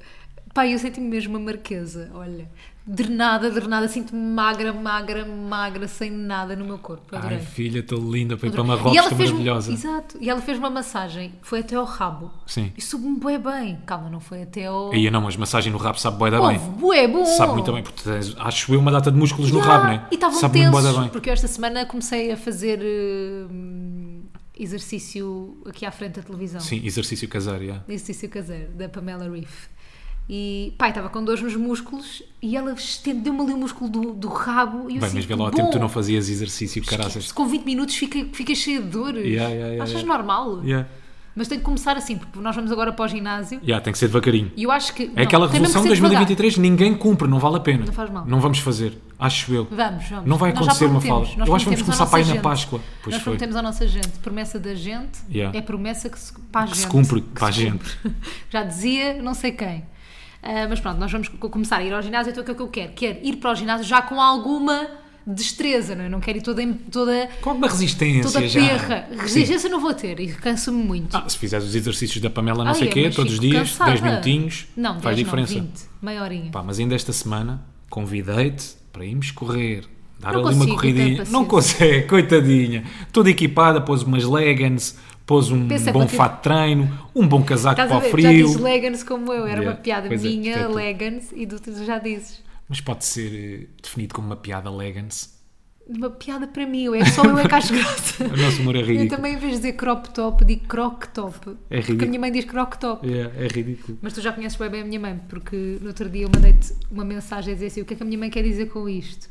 Speaker 1: Pá, eu senti-me mesmo uma marquesa, olha. Drenada, drenada, sinto-me magra, magra, magra, sem nada no meu corpo.
Speaker 2: Ai,
Speaker 1: Adorei.
Speaker 2: filha, estou linda para ir para
Speaker 1: Adorei.
Speaker 2: Marrocos, estou maravilhosa.
Speaker 1: Exato, e ela fez uma massagem, foi até ao rabo.
Speaker 2: Sim.
Speaker 1: E subiu-me bem bem. Calma, não foi até ao.
Speaker 2: Aí não, mas massagem no rabo sabe bué da
Speaker 1: Houve
Speaker 2: bem.
Speaker 1: bué bom!
Speaker 2: Sabe muito bem, porque tens, acho eu, uma data de músculos no
Speaker 1: Ya,
Speaker 2: rabo, não é?
Speaker 1: E estavam
Speaker 2: Sabe muito bué da
Speaker 1: tensos,
Speaker 2: bem.
Speaker 1: porque eu esta semana comecei a fazer hum, exercício aqui à frente da televisão.
Speaker 2: Sim, exercício casar, yeah.
Speaker 1: Exercício caseiro, da Pamela Reef. E pai, estava com dores nos músculos e ela estendeu-me ali o músculo do, do rabo e eu
Speaker 2: Bem,
Speaker 1: assim,
Speaker 2: mas vê
Speaker 1: que
Speaker 2: lá, há
Speaker 1: bom.
Speaker 2: tempo tu não fazias exercício,
Speaker 1: Esquece,
Speaker 2: caraças.
Speaker 1: Com 20 minutos fica, fica cheia de dores.
Speaker 2: Ya, ya, ya,
Speaker 1: Achas
Speaker 2: ya.
Speaker 1: normal?
Speaker 2: Yeah.
Speaker 1: Mas tem que começar assim, porque nós vamos agora para o ginásio
Speaker 2: Yeah, tem que ser devagarinho.
Speaker 1: e eu acho que.
Speaker 2: É aquela resolução de 2023 ninguém cumpre, não vale a pena.
Speaker 1: Não faz mal.
Speaker 2: Não vamos fazer, acho eu.
Speaker 1: Vamos, vamos.
Speaker 2: Não vai
Speaker 1: Nós já
Speaker 2: acontecer uma fala.
Speaker 1: prometemos, nós
Speaker 2: Eu acho que vamos
Speaker 1: prometemos à
Speaker 2: começar
Speaker 1: nossa
Speaker 2: para aí na
Speaker 1: gente.
Speaker 2: Páscoa. Pois
Speaker 1: Nós
Speaker 2: foi.
Speaker 1: prometemos à nossa gente. Promessa da gente
Speaker 2: Yeah.
Speaker 1: é promessa que se, para a
Speaker 2: Que
Speaker 1: gente.
Speaker 2: se cumpre,
Speaker 1: que
Speaker 2: para
Speaker 1: se
Speaker 2: a gente.
Speaker 1: cumpre. (laughs) Já dizia não sei quem. Ah, mas pronto, nós vamos co- começar a ir ao ginásio. Então o que é que eu quero? Quero ir para o ginásio já com alguma destreza, não é? Não quero ir toda. em- toda
Speaker 2: Qual uma resistência
Speaker 1: Toda
Speaker 2: já?
Speaker 1: perra.
Speaker 2: Sim.
Speaker 1: Resistência não vou ter e canso-me muito.
Speaker 2: Ah, se fizeres os exercícios da Pamela, não
Speaker 1: Ai,
Speaker 2: sei o
Speaker 1: é,
Speaker 2: quê,
Speaker 1: mas
Speaker 2: todos os
Speaker 1: fico
Speaker 2: dias,
Speaker 1: cansada.
Speaker 2: 10 minutinhos,
Speaker 1: Não, 10
Speaker 2: faz
Speaker 1: não,
Speaker 2: diferença.
Speaker 1: 20, meia horinha.
Speaker 2: Pá, mas ainda esta semana convidei-te para irmos correr. Dar
Speaker 1: Não
Speaker 2: ali
Speaker 1: consigo,
Speaker 2: uma
Speaker 1: tenho
Speaker 2: corridinha.
Speaker 1: paciência.
Speaker 2: Não consegue, (laughs) coitadinha. Toda equipada, pôs umas leggings, pôs um
Speaker 1: Pensa
Speaker 2: bom
Speaker 1: quanto tempo-
Speaker 2: fato de treino, um bom casaco
Speaker 1: Estás a
Speaker 2: para o
Speaker 1: ver? Já dizes
Speaker 2: frio.
Speaker 1: Legans como eu, era
Speaker 2: Yeah,
Speaker 1: uma piada
Speaker 2: pois é,
Speaker 1: minha,
Speaker 2: isto é tudo.
Speaker 1: Legans, e do tu já dizes.
Speaker 2: Mas pode ser eh, definido como uma piada leggings.
Speaker 1: Uma piada para mim, eu é só eu é que acho graça.
Speaker 2: O nosso humor (laughs) é
Speaker 1: Eu
Speaker 2: ridículo.
Speaker 1: também, em vez de dizer crop top, digo croc top.
Speaker 2: É
Speaker 1: Porque a
Speaker 2: ridículo.
Speaker 1: minha mãe diz croc top.
Speaker 2: É, é ridículo.
Speaker 1: Mas tu já conheces bem, bem a minha mãe, porque no outro dia eu mandei-te uma mensagem a dizer assim: o que é que a minha mãe quer dizer com isto?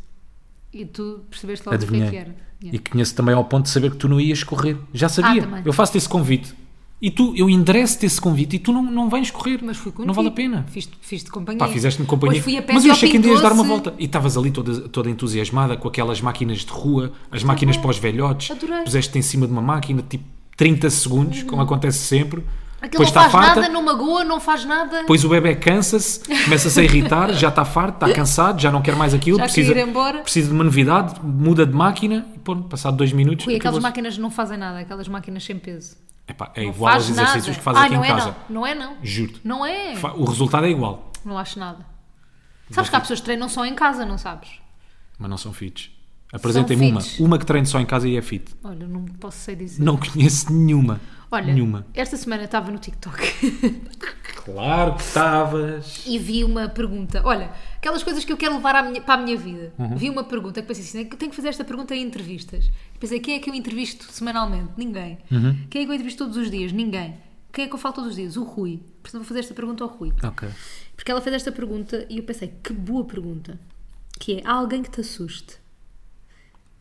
Speaker 1: E tu percebeste logo o que é que era.
Speaker 2: E
Speaker 1: Yeah. Ah,
Speaker 2: conheço também ao ponto de saber que tu não ias correr. Já sabia.
Speaker 1: também.
Speaker 2: eu faço-te esse convite. E tu, eu endereço-te esse convite e tu não, não vens correr.
Speaker 1: Mas fui contigo.
Speaker 2: Não vale a pena.
Speaker 1: Fiz-te fiz companhia.
Speaker 2: Pá, fizeste-me companhia.
Speaker 1: Hoje fui a pé
Speaker 2: Mas
Speaker 1: e
Speaker 2: eu
Speaker 1: ao
Speaker 2: achei que
Speaker 1: Pingo
Speaker 2: ainda ias dar uma
Speaker 1: Doce.
Speaker 2: volta. E estavas ali toda, toda entusiasmada com aquelas máquinas de rua, as máquinas
Speaker 1: bom.
Speaker 2: para os velhotes.
Speaker 1: Adorei.
Speaker 2: Puseste-te em cima de uma máquina, tipo 30 segundos, como acontece sempre.
Speaker 1: Aquilo
Speaker 2: Depois
Speaker 1: não
Speaker 2: está
Speaker 1: faz
Speaker 2: farta.
Speaker 1: nada, não magoa, não faz nada.
Speaker 2: Depois o bebê cansa-se, começa-se a irritar, já está farto, está cansado, já não quer mais aquilo,
Speaker 1: Já quer
Speaker 2: precisa,
Speaker 1: ir embora.
Speaker 2: precisa de uma novidade, muda de máquina e pronto, passado dois minutos.
Speaker 1: Ui, aquelas
Speaker 2: acabou-se.
Speaker 1: máquinas não fazem nada, aquelas máquinas sem peso.
Speaker 2: Epá, é
Speaker 1: Não
Speaker 2: igual
Speaker 1: faz
Speaker 2: aos exercícios
Speaker 1: nada.
Speaker 2: que fazes
Speaker 1: ah,
Speaker 2: aqui
Speaker 1: não
Speaker 2: em
Speaker 1: é,
Speaker 2: casa.
Speaker 1: Não. não é não.
Speaker 2: Juro-te.
Speaker 1: Não é.
Speaker 2: Fa- O resultado é igual,
Speaker 1: Não acho nada. Sabes que há pessoas que treinam só em casa, não sabes?
Speaker 2: mas não são fits. Apresentem-me uma,
Speaker 1: fits.
Speaker 2: uma que treine só em casa e é fit.
Speaker 1: Olha, não posso sei dizer.
Speaker 2: Não conheço nenhuma.
Speaker 1: Olha,
Speaker 2: Nenhuma.
Speaker 1: esta semana estava no TikTok (laughs)
Speaker 2: Claro que estavas.
Speaker 1: e vi uma pergunta. Olha, aquelas coisas que eu quero levar à minha- para a minha vida.
Speaker 2: Uhum.
Speaker 1: Vi uma pergunta que pensei assim: "Eu tenho que fazer esta pergunta em entrevistas. Pensei: quem é que eu entrevisto semanalmente? Ninguém.
Speaker 2: Uhum.
Speaker 1: Quem é que eu entrevisto todos os dias? Ninguém. Quem é que eu falo todos os dias? O Rui. Portanto, vou fazer esta pergunta ao Rui.
Speaker 2: Ok.
Speaker 1: Porque ela fez esta pergunta e eu pensei: que boa pergunta. Que é: há alguém que te assuste?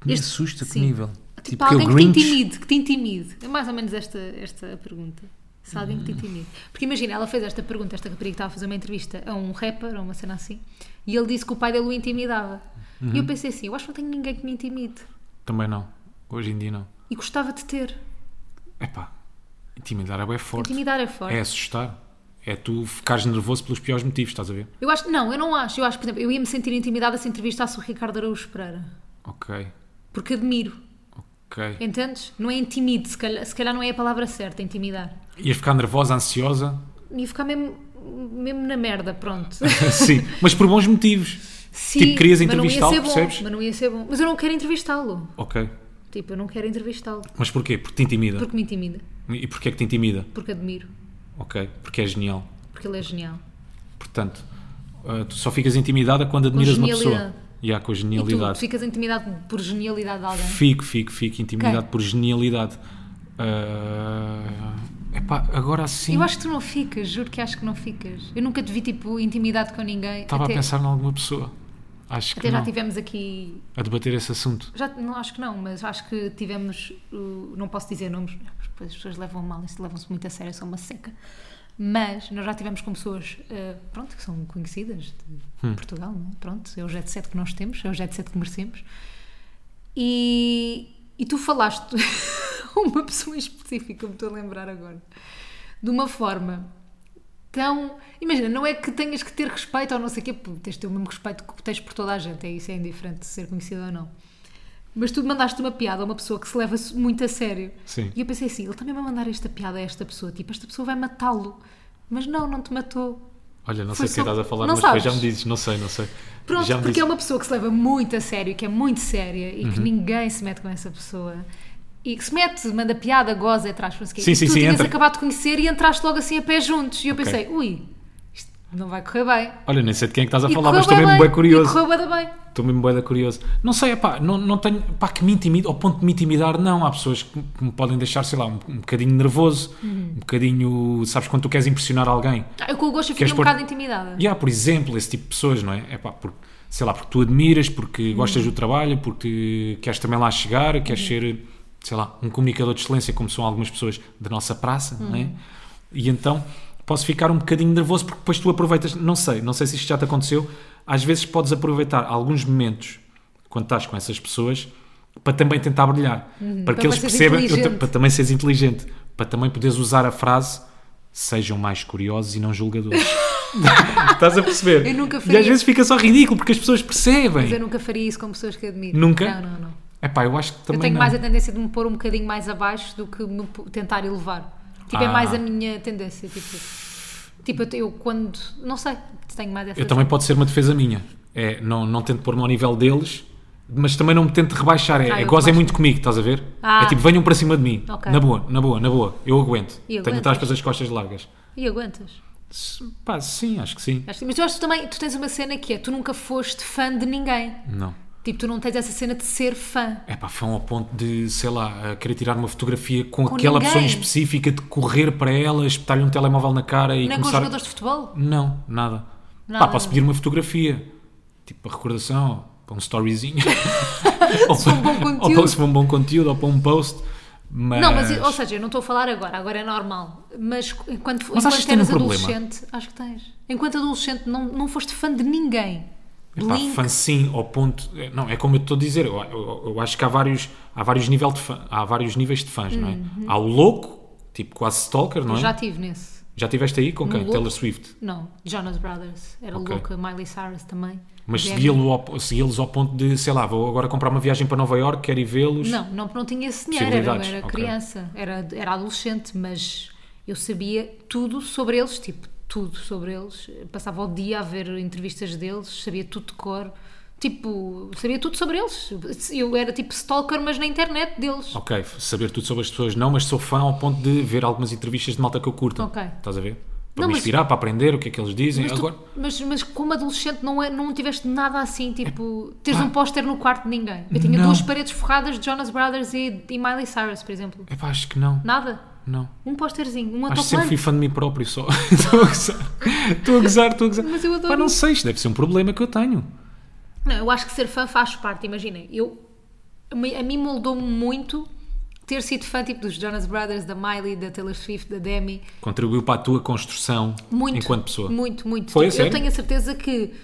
Speaker 2: Me
Speaker 1: Este-
Speaker 2: assusta que
Speaker 1: sim.
Speaker 2: nível.
Speaker 1: Tipo, há alguém que te intimide, que te intimide. É mais ou menos esta, esta pergunta. Se há alguém
Speaker 2: Ah.
Speaker 1: que te intimide. Porque imagina, ela fez esta pergunta, esta rapariga que estava a fazer uma entrevista a um rapper, ou uma cena assim, e ele disse que o pai dele o intimidava. E
Speaker 2: Uhum.
Speaker 1: eu pensei assim, eu acho que não tenho ninguém que me intimide.
Speaker 2: Também não. Hoje em dia não.
Speaker 1: E gostava de ter.
Speaker 2: Epá, intimidar é bem forte.
Speaker 1: Intimidar é forte.
Speaker 2: É assustar. É tu ficares nervoso pelos piores motivos, estás a ver?
Speaker 1: Eu acho, não, eu não acho. Eu acho, por exemplo, eu ia me sentir intimidada se entrevistasse o Ricardo Araújo Pereira.
Speaker 2: Ok,
Speaker 1: Porque admiro,
Speaker 2: ok.
Speaker 1: entendes? Não é intimide, se calhar, se calhar não é a palavra certa, intimidar.
Speaker 2: Ias ficar nervosa, ansiosa? (laughs)
Speaker 1: Ia ficar mesmo, mesmo na merda, pronto.
Speaker 2: Sim, mas por bons motivos.
Speaker 1: Sim,
Speaker 2: Tipo, querias
Speaker 1: mas não ia
Speaker 2: entrevistá-lo,
Speaker 1: ser bom,
Speaker 2: percebes?
Speaker 1: Mas não ia ser bom. Mas eu não quero entrevistá-lo.
Speaker 2: Ok.
Speaker 1: Tipo, eu não quero entrevistá-lo.
Speaker 2: Mas porquê? Porque te intimida.
Speaker 1: Porque me intimida.
Speaker 2: E porquê é que te intimida?
Speaker 1: Porque admiro.
Speaker 2: Ok, porque é genial.
Speaker 1: Porque ele é genial.
Speaker 2: Portanto, ah, tu só ficas intimidada quando admiras uma pessoa.
Speaker 1: genialidade.
Speaker 2: E há com a
Speaker 1: E tu
Speaker 2: genialidade.
Speaker 1: ficas intimidado por genialidade de alguém.
Speaker 2: Fico, fico, fico intimidado
Speaker 1: Quem?
Speaker 2: por genialidade. Ah, epá, agora sim.
Speaker 1: Eu acho que tu não ficas, juro que acho que não ficas. Eu nunca te vi, tipo, intimidado com ninguém.
Speaker 2: Estava
Speaker 1: até,
Speaker 2: a pensar em alguma pessoa. Acho que
Speaker 1: Até já
Speaker 2: não.
Speaker 1: tivemos aqui.
Speaker 2: A debater esse assunto.
Speaker 1: Já, não acho que não, mas acho que tivemos. uh, Não posso dizer nomes, né, porque depois as pessoas levam mal, isso levam-se muito a sério, são uma seca. Mas nós já tivemos com pessoas, uh, pronto, que são conhecidas de Portugal, não é? pronto, é o jet set que nós temos, é o jet set que merecemos. E, e tu falaste (laughs) a uma pessoa em específico, me estou a lembrar agora, de uma forma tão. Imagina, não é que tenhas que ter respeito ou não sei o quê, porque tens de ter o mesmo respeito que tens por toda a gente, é isso, é indiferente de ser conhecido ou não. Mas tu mandaste uma piada a uma pessoa que se leva muito a sério.
Speaker 2: Sim.
Speaker 1: E eu pensei assim, ele também vai mandar esta piada a esta pessoa, tipo, esta pessoa vai matá-lo. Mas não, não te matou.
Speaker 2: Olha, não
Speaker 1: Foi
Speaker 2: sei o que
Speaker 1: só-
Speaker 2: estás a falar,
Speaker 1: não
Speaker 2: mas depois
Speaker 1: sabes.
Speaker 2: já me dizes, não sei, não sei.
Speaker 1: Pronto,
Speaker 2: já me
Speaker 1: porque
Speaker 2: dizes.
Speaker 1: é uma pessoa que se leva muito a sério, que é muito séria e
Speaker 2: Uhum.
Speaker 1: que ninguém se mete com essa pessoa. E que se mete, manda piada, goza, atrás, não sei o quê.
Speaker 2: Sim,
Speaker 1: E
Speaker 2: sim,
Speaker 1: tu
Speaker 2: sim,
Speaker 1: tinhas
Speaker 2: entra.
Speaker 1: acabado de conhecer e entraste logo assim a pé juntos. E eu
Speaker 2: Ok.
Speaker 1: pensei, ui, isto não vai correr bem.
Speaker 2: Olha, nem sei de quem é que estás a
Speaker 1: E
Speaker 2: falar,
Speaker 1: correu
Speaker 2: mas estou
Speaker 1: bué
Speaker 2: mesmo
Speaker 1: bem,
Speaker 2: bem curioso.
Speaker 1: E correu bué da bem.
Speaker 2: Estou mesmo boeda curioso. Não sei, pá, não, não tenho. Pá, que me intimida, ao ponto de me intimidar, não. Há pessoas que me- que me podem deixar, sei lá, um, um bocadinho nervoso,
Speaker 1: Uhum.
Speaker 2: um bocadinho. Sabes quando tu queres impressionar alguém?
Speaker 1: Ah, Eu com o gosto eu fiquei
Speaker 2: Queres
Speaker 1: um
Speaker 2: pôr-
Speaker 1: bocado intimidada.
Speaker 2: E há, por exemplo, esse tipo de pessoas, não é? É pá, porque, sei lá, porque tu admiras, porque gostas do trabalho, porque queres também lá chegar, queres ser, sei lá, um comunicador de excelência, como são algumas pessoas da nossa praça, não é? E então posso ficar um bocadinho nervoso porque depois tu aproveitas, não sei, não sei se isto já te aconteceu, às vezes podes aproveitar alguns momentos quando estás com essas pessoas para também tentar brilhar, para, que
Speaker 1: para
Speaker 2: eles
Speaker 1: seres
Speaker 2: percebam, eu te-
Speaker 1: inteligente.
Speaker 2: para também seres inteligente, para também poderes usar a frase sejam mais curiosos e não julgadores. Estás a perceber?
Speaker 1: Eu nunca
Speaker 2: E
Speaker 1: faria.
Speaker 2: às vezes fica só ridículo porque as pessoas percebem.
Speaker 1: Mas eu nunca faria isso com pessoas que admiro. Não,
Speaker 2: Nunca?
Speaker 1: não, não.
Speaker 2: Epá, eu acho que também
Speaker 1: eu tenho
Speaker 2: não.
Speaker 1: mais a tendência de me pôr um bocadinho mais abaixo do que me po- tentar elevar. Tipo, é
Speaker 2: Ah.
Speaker 1: mais a minha tendência. Tipo, tipo eu, te- eu quando. Não sei, tenho mais essa.
Speaker 2: Eu também pode ser uma defesa minha. É, não, não tento pôr-me ao nível deles, mas também não me tento rebaixar. É,
Speaker 1: Ah,
Speaker 2: é
Speaker 1: eu
Speaker 2: gozem
Speaker 1: rebaixo.
Speaker 2: muito comigo, estás a ver?
Speaker 1: Ah.
Speaker 2: É tipo, venham para cima de mim.
Speaker 1: Ok.
Speaker 2: Na boa, na boa, na boa. Eu aguento.
Speaker 1: E aguentas?
Speaker 2: tenho aspas as costas largas.
Speaker 1: E aguentas.
Speaker 2: S- Pá, sim, acho que sim.
Speaker 1: Acho que- Mas eu acho que também tu tens uma cena que é: tu nunca foste fã de ninguém.
Speaker 2: Não.
Speaker 1: Tipo, tu não tens essa cena de ser fã.
Speaker 2: É pá, foi ao ponto de, sei lá, eh, querer tirar uma fotografia com, aquela
Speaker 1: ninguém.
Speaker 2: pessoa em específica, de correr para ela, espetar-lhe um telemóvel na cara e
Speaker 1: Nem é com os
Speaker 2: começar.
Speaker 1: jogadores de futebol.
Speaker 2: Não, nada.
Speaker 1: Nada.
Speaker 2: Pá, posso pedir uma fotografia, tipo para recordação, ou para um
Speaker 1: (laughs)
Speaker 2: storyzinho, ou,
Speaker 1: for um bom
Speaker 2: para- (laughs) ou
Speaker 1: conteúdo.
Speaker 2: para- se for um bom conteúdo, ou para um post. Mas,
Speaker 1: Não, mas ou seja, eu não estou a falar agora, agora é normal. Mas enquanto,
Speaker 2: Mas
Speaker 1: enquanto
Speaker 2: achas que tem um
Speaker 1: eras
Speaker 2: problema?
Speaker 1: adolescente, acho que tens. Enquanto adolescente não, não foste fã de ninguém.
Speaker 2: Epá,
Speaker 1: Blink,
Speaker 2: fã sim, ao ponto. é, Não, é como eu te estou a dizer, eu, eu- eu acho que há vários, há vários, nível de fã- há vários níveis de fãs, não é? Há o louco, tipo quase stalker, não é?
Speaker 1: Uhum. Já Um
Speaker 2: Já,
Speaker 1: tive nesse.
Speaker 2: tiveste aí com
Speaker 1: No
Speaker 2: quem?
Speaker 1: loop.
Speaker 2: Taylor Swift.
Speaker 1: Não, Jonas Brothers. Era
Speaker 2: Ok.
Speaker 1: louca, Miley Cyrus também.
Speaker 2: Mas
Speaker 1: Gêmea.
Speaker 2: segui-lo ao- segui-los ao ponto de, sei lá, vou agora comprar uma viagem para Nova Iorque, quero ir vê-los.
Speaker 1: Não, não, não tinha esse dinheiro, era,
Speaker 2: Possibilidades,
Speaker 1: era
Speaker 2: ok.
Speaker 1: criança, era, era adolescente, mas eu sabia tudo sobre eles, tipo, tudo sobre eles. Passava o dia a ver entrevistas deles, sabia tudo de cor, tipo, sabia tudo sobre eles. Eu era tipo stalker, mas na internet deles.
Speaker 2: Ok, saber tudo sobre as pessoas não, mas sou fã ao ponto de ver algumas entrevistas de malta que eu curto.
Speaker 1: Ok.
Speaker 2: Estás a ver? Para
Speaker 1: Não,
Speaker 2: me
Speaker 1: mas-
Speaker 2: inspirar, para aprender o que é que eles dizem.
Speaker 1: Mas, tu-
Speaker 2: Agora,
Speaker 1: mas, mas como adolescente não, é, não tiveste nada assim, tipo, teres um póster no quarto de ninguém. Eu tinha
Speaker 2: É. Ah. Não.
Speaker 1: duas paredes forradas de Jonas Brothers e, e Miley Cyrus, por exemplo.
Speaker 2: epá, acho que não.
Speaker 1: Nada.
Speaker 2: Não.
Speaker 1: Um pósterzinho, um
Speaker 2: Acho que é sempre
Speaker 1: autocolante.
Speaker 2: fui fã de mim próprio só. (laughs) Estou a gozar. Estou a gozar, estou a gozar.
Speaker 1: Mas eu adoro
Speaker 2: Pá, não
Speaker 1: isso.
Speaker 2: sei, isto deve ser um problema que eu tenho.
Speaker 1: Não, eu acho que ser fã faz parte, imaginem. Eu, a mim- a mim moldou-me muito ter sido fã tipo dos Jonas Brothers, da Miley, da Taylor Swift, da Demi.
Speaker 2: Contribuiu para a tua construção
Speaker 1: Muito.
Speaker 2: enquanto pessoa.
Speaker 1: Muito, muito.
Speaker 2: Foi, a
Speaker 1: Tipo, eu
Speaker 2: sério?
Speaker 1: tenho a certeza que,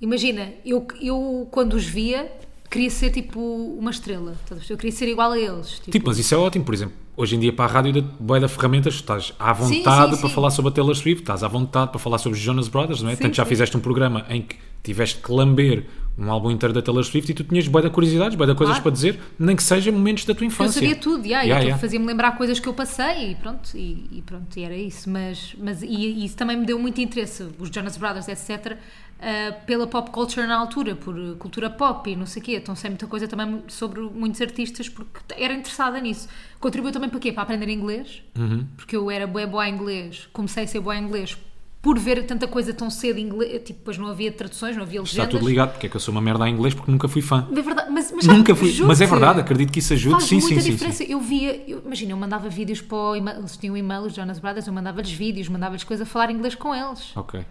Speaker 1: imagina, eu, eu quando os via, queria ser tipo uma estrela. Estás a perceber? Eu queria ser igual a eles. Tipo,
Speaker 2: Tipo, mas isso é ótimo, por exemplo. Hoje em dia, para a rádio, dá-te bué da ferramentas, estás à
Speaker 1: Sim,
Speaker 2: vontade
Speaker 1: sim,
Speaker 2: para
Speaker 1: sim.
Speaker 2: falar sobre a Taylor Swift, estás à vontade para falar sobre os Jonas Brothers, não é?
Speaker 1: Sim,
Speaker 2: Portanto, já
Speaker 1: sim.
Speaker 2: fizeste um programa em que tiveste que lamber um álbum inteiro da Taylor Swift e tu tinhas bué da curiosidades, bué da coisas
Speaker 1: Claro.
Speaker 2: para dizer, nem que seja momentos da tua
Speaker 1: eu
Speaker 2: infância.
Speaker 1: sabia tudo, yeah,
Speaker 2: Yeah,
Speaker 1: e
Speaker 2: yeah.
Speaker 1: aquilo fazia-me lembrar coisas que eu passei e pronto, e, e pronto, e era isso. Mas, mas e, e isso também me deu muito interesse, os Jonas Brothers, etc., ah, pela pop culture na altura, por eh, cultura pop e não sei o quê. Então sei muita coisa também sobre muitos artistas, porque t- era interessada nisso. Contribuiu também para quê? Para aprender inglês,
Speaker 2: Uhum.
Speaker 1: porque eu era bué boa em inglês, comecei a ser boa em inglês por ver tanta coisa tão cedo em inglês, tipo, depois não havia traduções, não havia
Speaker 2: Está
Speaker 1: legendas.
Speaker 2: tudo ligado, porque é que eu sou uma merda em inglês porque nunca fui fã.
Speaker 1: É verdade, mas, mas sabe,
Speaker 2: Nunca fui, mas é
Speaker 1: juro-te,
Speaker 2: verdade, acredito que isso ajude.
Speaker 1: Faz
Speaker 2: Sim, sim,
Speaker 1: muita
Speaker 2: sim, sim.
Speaker 1: diferença. Eu via, eu- imagina, eu mandava vídeos para o e-mail, eles tinham e-mail, os Jonas Brothers, eu mandava-lhes vídeos, mandava-lhes coisas a falar inglês com eles.
Speaker 2: Ok.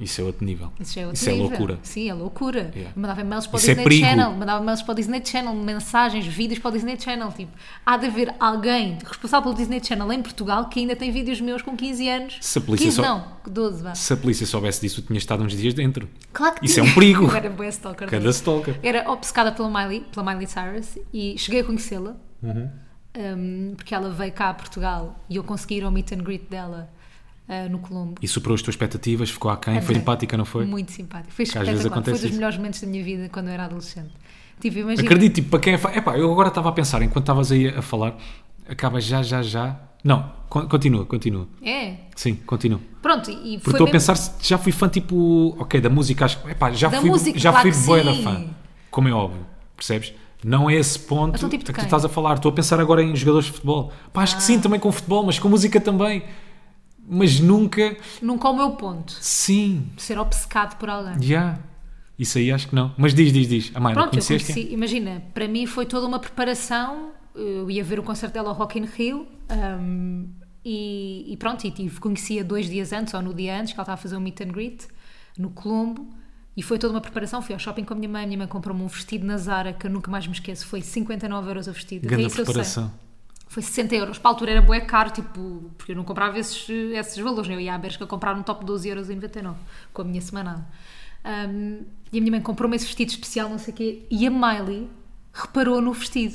Speaker 2: Isso é outro nível.
Speaker 1: Isso, já é, outro
Speaker 2: Isso é
Speaker 1: nível.
Speaker 2: loucura.
Speaker 1: Sim, é loucura.
Speaker 2: Yeah.
Speaker 1: Eu Mandava e-mails para o
Speaker 2: Isso é
Speaker 1: Disney
Speaker 2: perigo.
Speaker 1: Channel, mandava e-mails para o Disney Channel, mensagens, vídeos para o Disney Channel. Tipo, há de haver alguém responsável pelo Disney Channel em Portugal que ainda tem vídeos meus com 15 anos.
Speaker 2: Se a polícia
Speaker 1: 15
Speaker 2: só-
Speaker 1: não, 12, vá.
Speaker 2: Se a polícia soubesse disso, eu tinha estado uns dias dentro.
Speaker 1: Claro que
Speaker 2: Isso
Speaker 1: tinha.
Speaker 2: é
Speaker 1: (laughs)
Speaker 2: um perigo.
Speaker 1: Eu era boa stalker.
Speaker 2: Cada
Speaker 1: dele.
Speaker 2: stalker.
Speaker 1: Era obcecada pela Miley, pela Miley Cyrus e cheguei a conhecê-la.
Speaker 2: Uhum.
Speaker 1: um, porque ela veio cá a Portugal e eu consegui ir ao meet and greet dela uh, no Colombo.
Speaker 2: E superou as tuas expectativas, ficou aquém, foi
Speaker 1: Adorei.
Speaker 2: empática, não foi?
Speaker 1: Muito simpático. Foi
Speaker 2: às vezes
Speaker 1: espetacular. Foi
Speaker 2: acontece
Speaker 1: dos
Speaker 2: isso.
Speaker 1: melhores momentos da minha vida quando eu era adolescente. Tipo, imagina.
Speaker 2: Acredito, tipo, para quem é fã. Epá, eu agora estava a pensar, enquanto estavas aí a falar, acaba já, já, já. Não, con- continua, continua.
Speaker 1: É.
Speaker 2: Sim, continua.
Speaker 1: Pronto, e e foi.
Speaker 2: Porque estou a
Speaker 1: mesmo-
Speaker 2: pensar se já fui fã, tipo, ok, da música, acho que. Epá, já
Speaker 1: Da
Speaker 2: fui,
Speaker 1: música,
Speaker 2: já
Speaker 1: claro
Speaker 2: fui
Speaker 1: que
Speaker 2: bué da
Speaker 1: sim.
Speaker 2: fã. Como é óbvio, percebes? Não é esse ponto
Speaker 1: Então, tipo, de
Speaker 2: a que tu
Speaker 1: quem? Ah.
Speaker 2: estás a falar. Estou a pensar agora em jogadores de futebol. Pá, acho que sim, também com futebol, mas com música também. Mas nunca.
Speaker 1: Nunca ao é meu ponto.
Speaker 2: Sim,
Speaker 1: de Ser obcecado por alguém.
Speaker 2: já. Isso aí acho que não. Mas diz, diz, diz. Amanda,
Speaker 1: Pronto, eu
Speaker 2: conheceste?
Speaker 1: conheci, imagina, para mim foi toda uma preparação. Eu ia ver o concerto dela ao Rock in Rio um, e, e pronto, e tive, conhecia dois dias antes ou no dia antes que ela estava a fazer um meet and greet no Colombo e foi toda uma preparação. Fui ao shopping com a minha mãe, a minha mãe comprou-me um vestido na Zara que eu nunca mais me esqueço. Foi 59 euros o vestido. É
Speaker 2: Grande
Speaker 1: isso eu sei.
Speaker 2: preparação.
Speaker 1: Foi 60 euros. Para a altura era bué caro, tipo, porque eu não comprava esses, esses valores. né? Eu ia à Bershka comprar um top de 12 euros e 99 com a minha semanada. Um, e a minha mãe comprou-me esse vestido especial, não sei o quê, e a Miley reparou no vestido.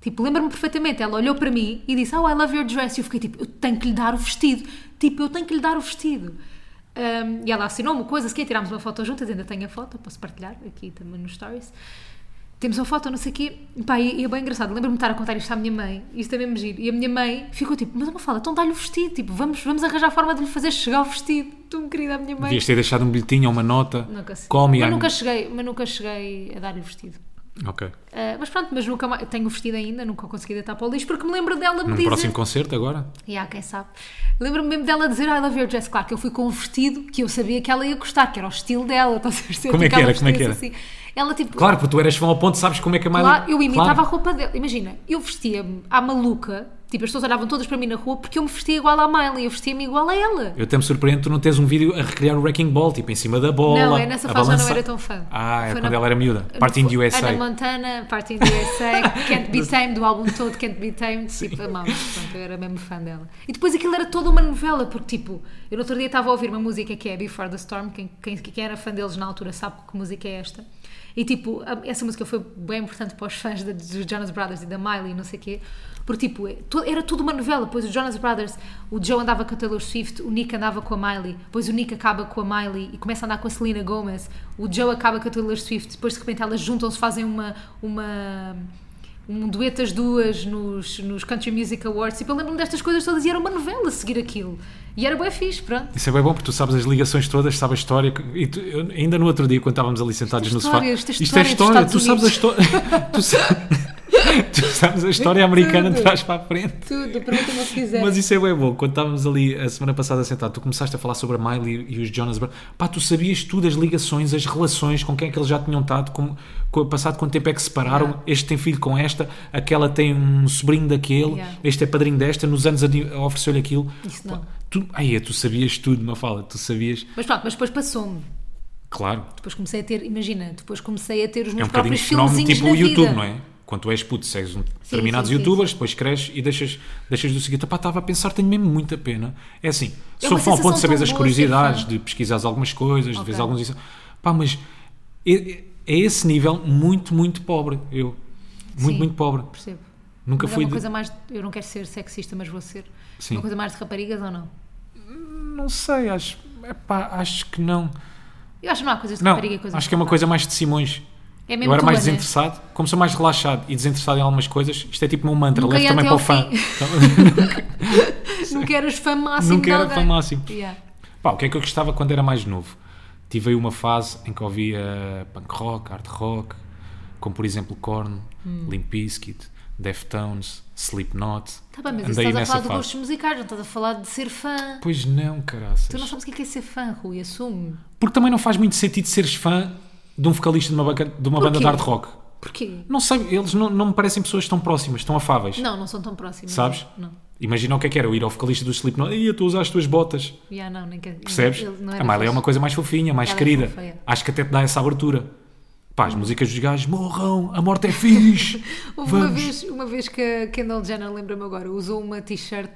Speaker 1: Tipo, lembro-me perfeitamente, ela olhou para mim e disse, oh, I love your dress. E eu fiquei tipo, eu tenho que lhe dar o vestido. Tipo, eu tenho que lhe dar o vestido. Um, e ela assinou-me coisa, que tirámos uma foto juntas, ainda tenho a foto, posso partilhar aqui também nos stories temos uma foto, não sei o quê, pá, e, e é bem engraçado, lembro-me de estar a contar isto à minha mãe, isto é mesmo giro, e a minha mãe ficou tipo, mas uma fala, então dá-lhe o vestido, tipo, vamos, vamos arranjar forma de lhe fazer chegar o vestido, tu me querida, a minha mãe.
Speaker 2: Devias ter deixado um bilhetinho ou uma nota.
Speaker 1: Nunca sei.
Speaker 2: Come
Speaker 1: mas
Speaker 2: I'm-
Speaker 1: nunca cheguei, mas nunca cheguei a dar-lhe o vestido.
Speaker 2: Ok.
Speaker 1: Ah, mas pronto, mas nunca mais, tenho o vestido ainda, nunca o consegui deitar para o lixo, porque me lembro dela me
Speaker 2: Num
Speaker 1: dizer...
Speaker 2: próximo concerto agora?
Speaker 1: E há quem sabe. Lembro-me mesmo dela dizer I love your dress. Claro que eu fui com um vestido que eu sabia que ela ia gostar, que era o estilo dela. (laughs) Estás a perceber?
Speaker 2: Como é que
Speaker 1: Aquela
Speaker 2: era? Como é que
Speaker 1: vestida Assim. Ela tipo,
Speaker 2: Claro, porque tu eras fã ao ponto, sabes como é que a Miley...
Speaker 1: Claro, eu imitava
Speaker 2: Claro.
Speaker 1: a roupa dela. Imagina, eu vestia-me à maluca, tipo, as pessoas olhavam todas para mim na rua porque eu me vestia igual à Miley, eu vestia-me igual a ela.
Speaker 2: Eu até me surpreendo tu não tens um vídeo a recriar o Wrecking Ball, tipo, em cima da bola,
Speaker 1: não, é nessa
Speaker 2: a
Speaker 1: fase já não
Speaker 2: balançar.
Speaker 1: era tão fã.
Speaker 2: Ah, é
Speaker 1: Foi
Speaker 2: quando
Speaker 1: na-
Speaker 2: ela era miúda. Parting
Speaker 1: foi-
Speaker 2: USA.
Speaker 1: Ana Montana, Parting USA, Can't Be Tamed, do álbum todo Can't Be Tamed, tipo, amava. Pronto, eu era mesmo fã dela. E depois aquilo era toda uma novela, porque tipo, eu no outro dia estava a ouvir uma música que é Before the Storm, quem, quem, quem era fã deles na altura sabe que música é esta. E tipo, a- essa música foi bem importante para os fãs da- dos Jonas Brothers e da Miley e não sei o quê, porque tipo, é- to- era tudo uma novela. Pois os Jonas Brothers, o Joe andava com a Taylor Swift, o Nick andava com a Miley, depois o Nick acaba com a Miley e começa a andar com a Selena Gomez, o Joe acaba com a Taylor Swift, depois de repente elas juntam-se, fazem uma. uma um dueto as duas nos, nos Country Music Awards. Tipo, eu lembro-me destas coisas todas e era uma novela seguir aquilo. E era bem fixe, pronto.
Speaker 2: Isso é bem bom porque tu sabes as ligações todas, sabes a história. E tu- eu- ainda no outro dia, quando estávamos ali sentados
Speaker 1: Isto é
Speaker 2: no
Speaker 1: história,
Speaker 2: sofá,
Speaker 1: isto é história dos
Speaker 2: tu sabes a
Speaker 1: Estados
Speaker 2: história. (laughs) tu, sa- (laughs) tu sabes
Speaker 1: (laughs)
Speaker 2: a
Speaker 1: É
Speaker 2: história americana de trás para a frente.
Speaker 1: Tudo, pergunta-me se quiser.
Speaker 2: Mas isso é bem bom. Quando estávamos ali a semana passada sentado, tu começaste a falar sobre a Miley e os Jonas Brothers. Pá, tu sabias tudo as ligações, as relações, com quem é que eles já tinham estado, com, com, passado quanto tempo é que se separaram.
Speaker 1: Yeah.
Speaker 2: Este tem filho com esta, aquela tem um sobrinho daquele,
Speaker 1: Yeah.
Speaker 2: este é padrinho desta, nos anos adi- ofereceu-lhe aquilo.
Speaker 1: Isso não.
Speaker 2: Pá, tu, aí, é, tu sabias tudo, Mafalda, tu sabias.
Speaker 1: Mas pronto, mas depois passou-me.
Speaker 2: Claro,
Speaker 1: Depois comecei a ter, imagina, depois comecei a ter os
Speaker 2: é um
Speaker 1: meus
Speaker 2: bocadinho
Speaker 1: próprios
Speaker 2: fenómeno
Speaker 1: filmezinhos
Speaker 2: tipo
Speaker 1: na
Speaker 2: o YouTube,
Speaker 1: vida.
Speaker 2: não é? Quando tu és puto, segues um determinados
Speaker 1: sim, sim,
Speaker 2: youtubers, depois cresces e deixas, deixas do seguinte. Pá, estava a pensar, tenho mesmo muita pena. É assim,
Speaker 1: É uma
Speaker 2: sou fã ao ponto
Speaker 1: sensação
Speaker 2: de saber
Speaker 1: tão
Speaker 2: as
Speaker 1: boa ser
Speaker 2: curiosidades,
Speaker 1: fã.
Speaker 2: de pesquisares algumas coisas, de veres
Speaker 1: Ok.
Speaker 2: alguns. isso. Pá, mas é, é esse nível muito, muito pobre. Eu. Muito,
Speaker 1: Sim.
Speaker 2: muito pobre.
Speaker 1: Percebo.
Speaker 2: Nunca
Speaker 1: Mas é
Speaker 2: fui.
Speaker 1: uma
Speaker 2: de-
Speaker 1: coisa mais, eu não quero ser sexista, mas vou ser.
Speaker 2: Sim.
Speaker 1: Uma coisa mais de raparigas ou não?
Speaker 2: Não sei, acho. Epá, acho que não.
Speaker 1: Eu acho que não há coisas de
Speaker 2: Não,
Speaker 1: rapariga e coisas
Speaker 2: acho
Speaker 1: de
Speaker 2: que é uma
Speaker 1: rapaz.
Speaker 2: coisa mais de Simões.
Speaker 1: É mesmo
Speaker 2: Eu era
Speaker 1: tua,
Speaker 2: mais
Speaker 1: né?
Speaker 2: desinteressado, como sou mais relaxado e desinteressado em algumas coisas, isto é tipo um mantra,
Speaker 1: Nunca
Speaker 2: levo
Speaker 1: ia
Speaker 2: também
Speaker 1: até
Speaker 2: para o
Speaker 1: ao
Speaker 2: fã. (laughs) Então,
Speaker 1: fim. Assim, Nunca eras fã máximo
Speaker 2: Nunca
Speaker 1: de
Speaker 2: era
Speaker 1: alguém.
Speaker 2: fã máximo.
Speaker 1: Yeah.
Speaker 2: Pá, o que é que eu gostava quando era mais novo? Tive aí uma fase em que ouvia punk rock, hard rock, como por exemplo Korn,
Speaker 1: Hum.
Speaker 2: Limp Bizkit, Deftones, Slipknot.
Speaker 1: Tá bem, mas isso
Speaker 2: Andei
Speaker 1: estás a
Speaker 2: nessa
Speaker 1: falar de
Speaker 2: fase.
Speaker 1: gostos musicais, não estás a falar de ser fã.
Speaker 2: Pois não, caraças.
Speaker 1: Tu não sabes o que é que é ser fã, Rui, assume.
Speaker 2: Porque também não faz muito sentido seres fã de um vocalista de uma, banca- de uma
Speaker 1: Porquê?
Speaker 2: banda de hard rock.
Speaker 1: Porquê?
Speaker 2: Não sei, eles não, não me parecem pessoas tão próximas, tão afáveis.
Speaker 1: Não, não são tão próximos.
Speaker 2: Sabes?
Speaker 1: Não.
Speaker 2: Imagina o que é que era, eu ir ao vocalista do Slipknot e eu estou a usar as tuas botas.
Speaker 1: Yeah, não, nem quer...
Speaker 2: Percebes?
Speaker 1: ele não
Speaker 2: A
Speaker 1: era
Speaker 2: Miley é
Speaker 1: fixe.
Speaker 2: uma coisa mais fofinha, mais
Speaker 1: Ela é
Speaker 2: querida.
Speaker 1: fofa, é.
Speaker 2: Acho que até te dá essa abertura. Pá, as músicas dos gajos morram, a morte é fixe.
Speaker 1: (laughs) Houve uma vez, uma vez que a Kendall Jenner, lembra-me agora, usou uma t-shirt,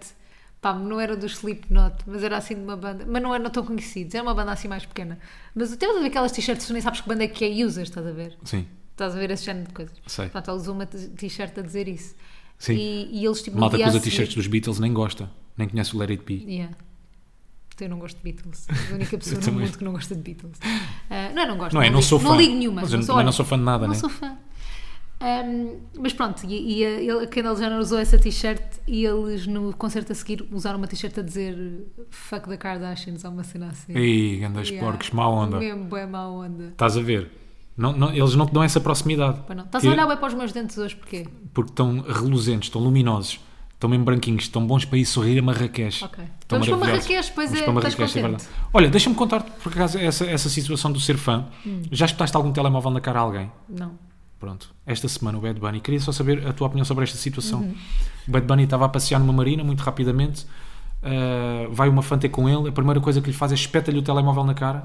Speaker 1: pá, não era do Slipknot, mas era assim de uma banda, mas não eram tão conhecidos, era uma banda assim mais pequena. Mas tu tens aquelas t-shirts, tu nem sabes que banda é que é e usas, estás a ver?
Speaker 2: Sim.
Speaker 1: Estás a ver esse género de coisas.
Speaker 2: Sei.
Speaker 1: Portanto, ela usou uma t- t-shirt a dizer isso.
Speaker 2: Sim.
Speaker 1: E, e eles tipo. no
Speaker 2: Malta que
Speaker 1: dia a
Speaker 2: usa
Speaker 1: seguir-
Speaker 2: t-shirts dos Beatles nem gosta, nem conhece o Let It Be.
Speaker 1: Yeah. Eu não gosto de Beatles. És
Speaker 2: (laughs)
Speaker 1: a única pessoa
Speaker 2: Eu
Speaker 1: no
Speaker 2: também.
Speaker 1: mundo que não gosta de Beatles. Ah, não, eu não gosto.
Speaker 2: Não é? Não
Speaker 1: ligo,
Speaker 2: sou fã.
Speaker 1: Não ligo nenhuma.
Speaker 2: Mas eu também
Speaker 1: olha,
Speaker 2: não sou fã de nada,
Speaker 1: Não
Speaker 2: né?
Speaker 1: sou fã. Ahm, mas pronto, e, e a, ele- a Kendall Jenner usou essa t-shirt e eles no concerto a seguir usaram uma t-shirt a dizer fuck the Kardashians, ou uma cena assim.
Speaker 2: Ei, grandes
Speaker 1: Yeah.
Speaker 2: porcos, má onda.
Speaker 1: Mesmo, bem má onda.
Speaker 2: Estás a ver? Não, não- eles não te dão essa proximidade.
Speaker 1: Pois não. Estás a
Speaker 2: Que-
Speaker 1: olhar bem para os meus dentes hoje, porquê?
Speaker 2: Porque estão reluzentes, estão luminosos, estão mesmo branquinhos, estão bons para ir sorrir a Marrakech.
Speaker 1: Ok.
Speaker 2: Estão
Speaker 1: Vamos para
Speaker 2: maravilhosos.
Speaker 1: Marrakech, pois
Speaker 2: Vamos
Speaker 1: é,
Speaker 2: para
Speaker 1: estás
Speaker 2: Marrakech, é
Speaker 1: contente?
Speaker 2: verdade. Olha, deixa-me contar-te, por acaso, essa, essa situação do ser fã.
Speaker 1: Hum.
Speaker 2: Já espetaste algum telemóvel na cara a alguém?
Speaker 1: Não.
Speaker 2: Pronto, esta semana o Bad Bunny. Queria só saber a tua opinião sobre esta situação.
Speaker 1: Uhum.
Speaker 2: O Bad Bunny estava a passear numa marina muito rapidamente. ah, vai uma fã ter com ele. A primeira coisa que lhe faz é espeta-lhe o telemóvel na cara.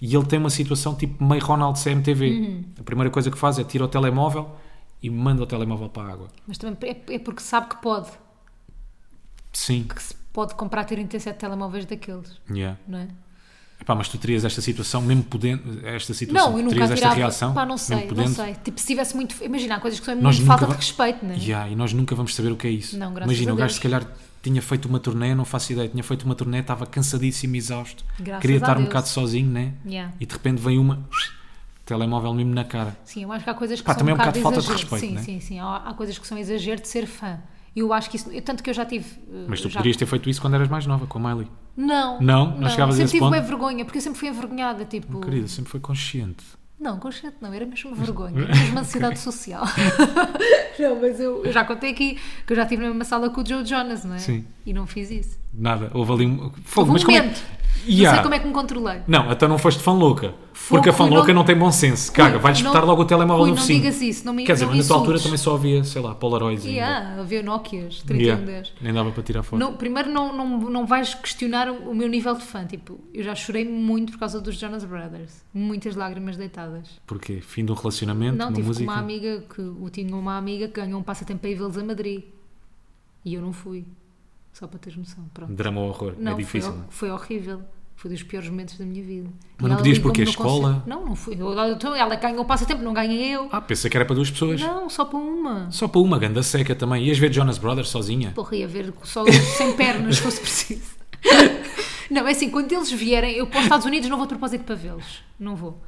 Speaker 2: E ele tem uma situação tipo meio Ronaldo CMTV.
Speaker 1: Uhum.
Speaker 2: A primeira coisa que faz é tira o telemóvel e manda o telemóvel para a água.
Speaker 1: Mas também é, é porque sabe que pode.
Speaker 2: Sim,
Speaker 1: Que se pode comprar 37 telemóveis daqueles,
Speaker 2: yeah.
Speaker 1: não é?
Speaker 2: Epá, mas tu terias esta situação, mesmo podendo. Esta situação,
Speaker 1: Não, eu
Speaker 2: terias
Speaker 1: nunca
Speaker 2: esta
Speaker 1: tirava.
Speaker 2: reação,
Speaker 1: Pá, não sei,
Speaker 2: mesmo
Speaker 1: não
Speaker 2: podendo.
Speaker 1: sei. Tipo, se tivesse muito. Imagina, há coisas que são
Speaker 2: Nós
Speaker 1: muito
Speaker 2: nunca
Speaker 1: falta de
Speaker 2: va-
Speaker 1: respeito, né?
Speaker 2: Yeah, e nós nunca vamos saber o que é isso.
Speaker 1: Não, graças
Speaker 2: Imagina,
Speaker 1: a
Speaker 2: o
Speaker 1: Deus.
Speaker 2: gajo se calhar tinha feito uma turnê, não faço ideia, tinha feito uma turnê, estava cansadíssimo, exausto,
Speaker 1: Graças
Speaker 2: queria
Speaker 1: a
Speaker 2: estar um
Speaker 1: Deus.
Speaker 2: bocado sozinho, né?
Speaker 1: Yeah.
Speaker 2: E de repente vem uma telemóvel mesmo na cara.
Speaker 1: Sim, eu acho que há coisas que
Speaker 2: Pá,
Speaker 1: são
Speaker 2: também é um
Speaker 1: bocado
Speaker 2: bocado de falta de
Speaker 1: exagero.
Speaker 2: respeito,
Speaker 1: sim,
Speaker 2: né?
Speaker 1: sim, sim. Há, há coisas que são exagero de ser fã. Eu acho que isso. eu- tanto que eu já tive. eh,
Speaker 2: Mas tu
Speaker 1: já-
Speaker 2: poderias ter feito isso quando eras mais nova, com a Miley.
Speaker 1: Não.
Speaker 2: Não? Não chegavas a
Speaker 1: sempre
Speaker 2: esse
Speaker 1: tive
Speaker 2: ponto?
Speaker 1: uma vergonha, porque eu sempre fui envergonhada, tipo.
Speaker 2: Querida, sempre foi consciente.
Speaker 1: Não, consciente não, era
Speaker 2: (laughs)
Speaker 1: mesmo vergonha, era mesmo ansiedade social. (laughs) não, mas eu, eu já contei aqui que eu já estive na mesma sala com o Joe Jonas, não é?
Speaker 2: Sim.
Speaker 1: E não fiz isso.
Speaker 2: Nada, houve ali um.
Speaker 1: Houve
Speaker 2: Fogo,
Speaker 1: um
Speaker 2: mas como é...
Speaker 1: momento. Não sei
Speaker 2: Yeah.
Speaker 1: como é que me controlei.
Speaker 2: Não, então não foste fã louca. Porque a fã
Speaker 1: Rui,
Speaker 2: louca
Speaker 1: não-
Speaker 2: não... tem bom senso. Caga,
Speaker 1: Rui,
Speaker 2: vai disputar
Speaker 1: não-
Speaker 2: logo o telemóvel
Speaker 1: Rui,
Speaker 2: no
Speaker 1: não
Speaker 2: focinho.
Speaker 1: digas isso, não me-
Speaker 2: Quer dizer,
Speaker 1: não
Speaker 2: mas na tua altura
Speaker 1: insultes.
Speaker 2: também só havia, sei lá, Polaroids ainda.
Speaker 1: Yeah, havia Nokias, 3110.
Speaker 2: é? Yeah. Nem dava para tirar foto.
Speaker 1: Não, primeiro, não, não, não vais questionar o meu nível de fã. Tipo, eu já chorei muito por causa dos Jonas Brothers. Muitas lágrimas deitadas.
Speaker 2: Porque fim de um relacionamento,
Speaker 1: Não,
Speaker 2: uma
Speaker 1: tive
Speaker 2: música.
Speaker 1: uma amiga que eu tinha uma amiga que ganhou um passatempo para ir vê-los a Madrid. E eu não fui. Só para teres noção. Pronto.
Speaker 2: Drama ou horror,
Speaker 1: Não,
Speaker 2: é difícil.
Speaker 1: Foi, hor- foi horrível. Foi dos piores momentos da minha vida.
Speaker 2: Mas
Speaker 1: E
Speaker 2: não
Speaker 1: ela
Speaker 2: pedias
Speaker 1: ligou-me
Speaker 2: porque a
Speaker 1: no
Speaker 2: escola-
Speaker 1: concerto. Não, não fui. Eu- então ela ganhou o passatempo, não ganhei eu.
Speaker 2: Ah, pensei que era para duas pessoas.
Speaker 1: Não, só para uma.
Speaker 2: Só para uma ganda seca também. Ias ver Jonas Brothers sozinha.
Speaker 1: Porra, ia ver só
Speaker 2: (laughs)
Speaker 1: eu sem pernas se fosse preciso. Não, é assim, quando eles vierem, eu para os Estados Unidos não vou de propósito para vê-los. Não vou.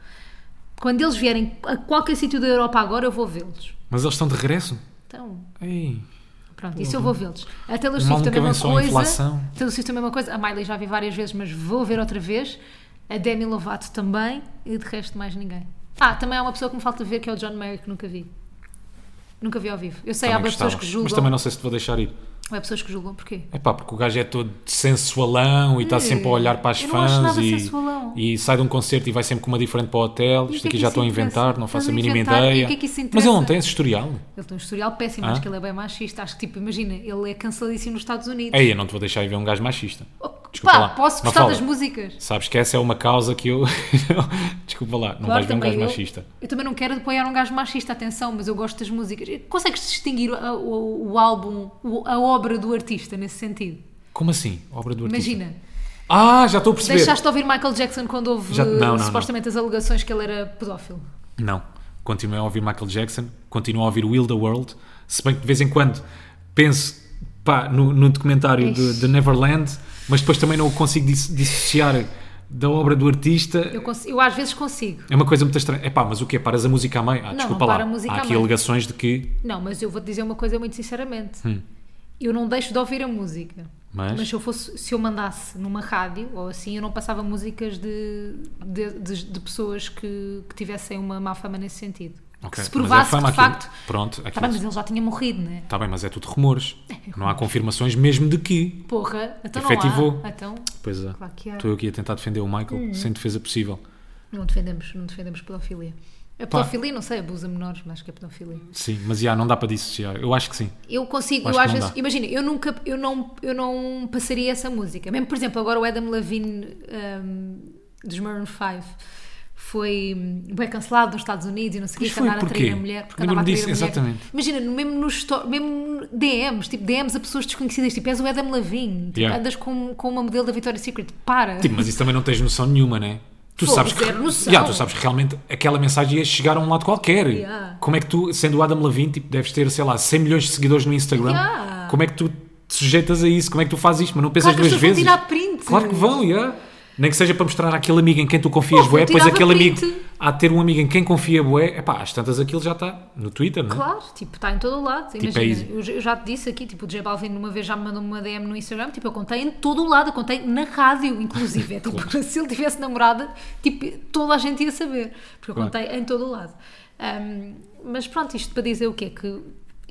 Speaker 1: Quando eles vierem a qualquer sítio da Europa agora, eu vou vê-los.
Speaker 2: Mas eles estão de regresso?
Speaker 1: Então,
Speaker 2: Ei.
Speaker 1: pronto, isso eu vou vê-los. A Taylor
Speaker 2: O mal
Speaker 1: Swift é
Speaker 2: nunca
Speaker 1: a
Speaker 2: vem
Speaker 1: mesma
Speaker 2: só em
Speaker 1: coisa.
Speaker 2: inflação.
Speaker 1: A Taylor Swift é a mesma coisa. A Miley já vi várias vezes, mas vou ver outra vez. A Demi Lovato também. E de resto, mais ninguém. Ah, também há uma pessoa que me falta ver que é o John Mayer, que nunca vi. Nunca vi ao vivo. Eu sei, há
Speaker 2: Também
Speaker 1: boas
Speaker 2: gostava.
Speaker 1: pessoas que julgam.
Speaker 2: Mas também não sei se te vou deixar ir.
Speaker 1: Há pessoas que julgam, porquê?
Speaker 2: É pá, porque o gajo é todo sensualão e está sempre a olhar para as
Speaker 1: eu não acho
Speaker 2: fãs
Speaker 1: nada
Speaker 2: e,
Speaker 1: sensualão.
Speaker 2: e sai de um concerto e vai sempre com uma diferente para o hotel.
Speaker 1: E o
Speaker 2: Isto
Speaker 1: que é
Speaker 2: aqui
Speaker 1: que isso
Speaker 2: já estou a
Speaker 1: interessa?
Speaker 2: inventar, não faço a
Speaker 1: Estás a
Speaker 2: mínima
Speaker 1: inventar, e
Speaker 2: ideia.
Speaker 1: o que é que isso
Speaker 2: Mas ele não
Speaker 1: interessa?
Speaker 2: tem esse historial.
Speaker 1: Ele tem um historial péssimo,
Speaker 2: Ah?
Speaker 1: acho que ele é bem machista. Acho que, tipo, imagina, ele é canceladíssimo nos Estados Unidos.
Speaker 2: Ei, eu não te vou deixar ir ver um gajo machista.
Speaker 1: Oh,
Speaker 2: Desculpa
Speaker 1: Pá,
Speaker 2: lá.
Speaker 1: posso gostar
Speaker 2: Mafalda,
Speaker 1: das músicas?
Speaker 2: Sabes que essa é uma causa que eu. (laughs) Desculpa lá, não vais ver um
Speaker 1: também
Speaker 2: gajo
Speaker 1: eu-
Speaker 2: machista.
Speaker 1: Eu também não quero apoiar um gajo machista, atenção, mas eu gosto das músicas. Consegues distinguir a- o, o álbum, o- a obra do artista nesse sentido?
Speaker 2: Como assim? Obra do artista.
Speaker 1: Imagina,
Speaker 2: Ah, já estou a perceber.
Speaker 1: deixaste de ouvir Michael Jackson quando houve
Speaker 2: Já- não, não, não.
Speaker 1: supostamente as alegações que ele era pedófilo.
Speaker 2: Não. Continuo a ouvir Michael Jackson, continuo a ouvir Will the World, se bem que de vez em quando penso pá, no, no documentário de,
Speaker 1: Ixi.
Speaker 2: de Neverland, mas depois também não o consigo dis- dissociar da obra do artista.
Speaker 1: Eu, cons- eu às vezes consigo.
Speaker 2: É uma coisa muito estranha. É pá, mas o quê? Paras a música a meio? Ah,
Speaker 1: Não,
Speaker 2: desculpa
Speaker 1: não
Speaker 2: lá.
Speaker 1: paro a música
Speaker 2: Há
Speaker 1: a
Speaker 2: aqui
Speaker 1: meio.
Speaker 2: alegações de que.
Speaker 1: Não, mas eu vou-te dizer uma coisa muito sinceramente. Eu não deixo de ouvir a música.
Speaker 2: Hum. Mas?
Speaker 1: se, eu fosse, se eu mandasse numa rádio ou assim, eu não passava músicas de, de, de- de pessoas que, que tivessem uma má fama nesse sentido.
Speaker 2: ok,
Speaker 1: Que se
Speaker 2: mas é
Speaker 1: provasse que
Speaker 2: fama
Speaker 1: de
Speaker 2: aquilo.
Speaker 1: facto.
Speaker 2: Pronto,
Speaker 1: Tá bem, mas
Speaker 2: aquilo.
Speaker 1: ele já tinha morrido, né?
Speaker 2: Está bem, mas é tudo rumores. Não há confirmações mesmo de que.
Speaker 1: Porra, então
Speaker 2: Efetivou.
Speaker 1: não há. Então,
Speaker 2: Pois é.
Speaker 1: claro Uhum. que há.
Speaker 2: Estou eu aqui a tentar defender o Michael sem defesa possível.
Speaker 1: Não defendemos, não defendemos pedofilia. A
Speaker 2: Pá.
Speaker 1: pedofilia, não sei, abusa menores, mas acho que é pedofilia.
Speaker 2: Sim, mas já não dá para dissociar. Eu acho que sim.
Speaker 1: Eu consigo,
Speaker 2: Acho
Speaker 1: eu
Speaker 2: que
Speaker 1: às
Speaker 2: não
Speaker 1: vezes,
Speaker 2: dá.
Speaker 1: imagina, eu nunca, eu não, eu não passaria essa música. Mesmo, por exemplo, agora o Adam Levine um, dos Maroon 5 foi um, bem cancelado nos Estados Unidos e não sei o quê,
Speaker 2: Mas
Speaker 1: que
Speaker 2: foi
Speaker 1: andava a
Speaker 2: porquê?
Speaker 1: trair a mulher, porque
Speaker 2: Lembro-me
Speaker 1: andava a trair
Speaker 2: disso,
Speaker 1: a mulher.
Speaker 2: exatamente.
Speaker 1: Imagina, no- mesmo nos sto- mesmo DMs, tipo DMs a pessoas desconhecidas, tipo, és o Adam Levine, tipo,
Speaker 2: Yeah.
Speaker 1: andas com, com uma modelo da Victoria's Secret, para.
Speaker 2: Tipo, mas isso também não tens noção nenhuma, né? Tu
Speaker 1: Pô,
Speaker 2: sabes, que,
Speaker 1: zero noção.
Speaker 2: Yeah, tu sabes que realmente aquela mensagem ia chegar a um lado qualquer.
Speaker 1: Yeah.
Speaker 2: Como é que tu, sendo o Adam Levine, tipo, deves ter, sei lá, 100 milhões de seguidores no Instagram,
Speaker 1: Yeah.
Speaker 2: como é que tu te sujeitas a isso? Como é que tu fazes isto? Mas não pensas
Speaker 1: Claro que as
Speaker 2: duas
Speaker 1: pessoas
Speaker 2: vezes?
Speaker 1: vão tirar print.
Speaker 2: Claro que vão, yeah. Nem que seja para mostrar àquele amigo em quem tu confias
Speaker 1: Pô, eu
Speaker 2: bué, depois
Speaker 1: tirava
Speaker 2: aquele
Speaker 1: print.
Speaker 2: amigo, há de ter um amigo em quem confia bué, epá, às tantas aquilo já está no Twitter, não é?
Speaker 1: Claro, tipo, está em todo o lado.
Speaker 2: Tipo,
Speaker 1: Imagina,
Speaker 2: é easy.
Speaker 1: eu, eu já te disse aqui, tipo, o J Balvin uma vez já me mandou uma DM no Instagram, tipo, eu contei em todo o lado, eu contei na rádio, inclusive. É, tipo, (laughs) se ele tivesse namorada, tipo, toda a gente ia saber, porque eu
Speaker 2: Claro.
Speaker 1: contei em todo o lado. Ahm, mas pronto, isto para dizer o quê? Que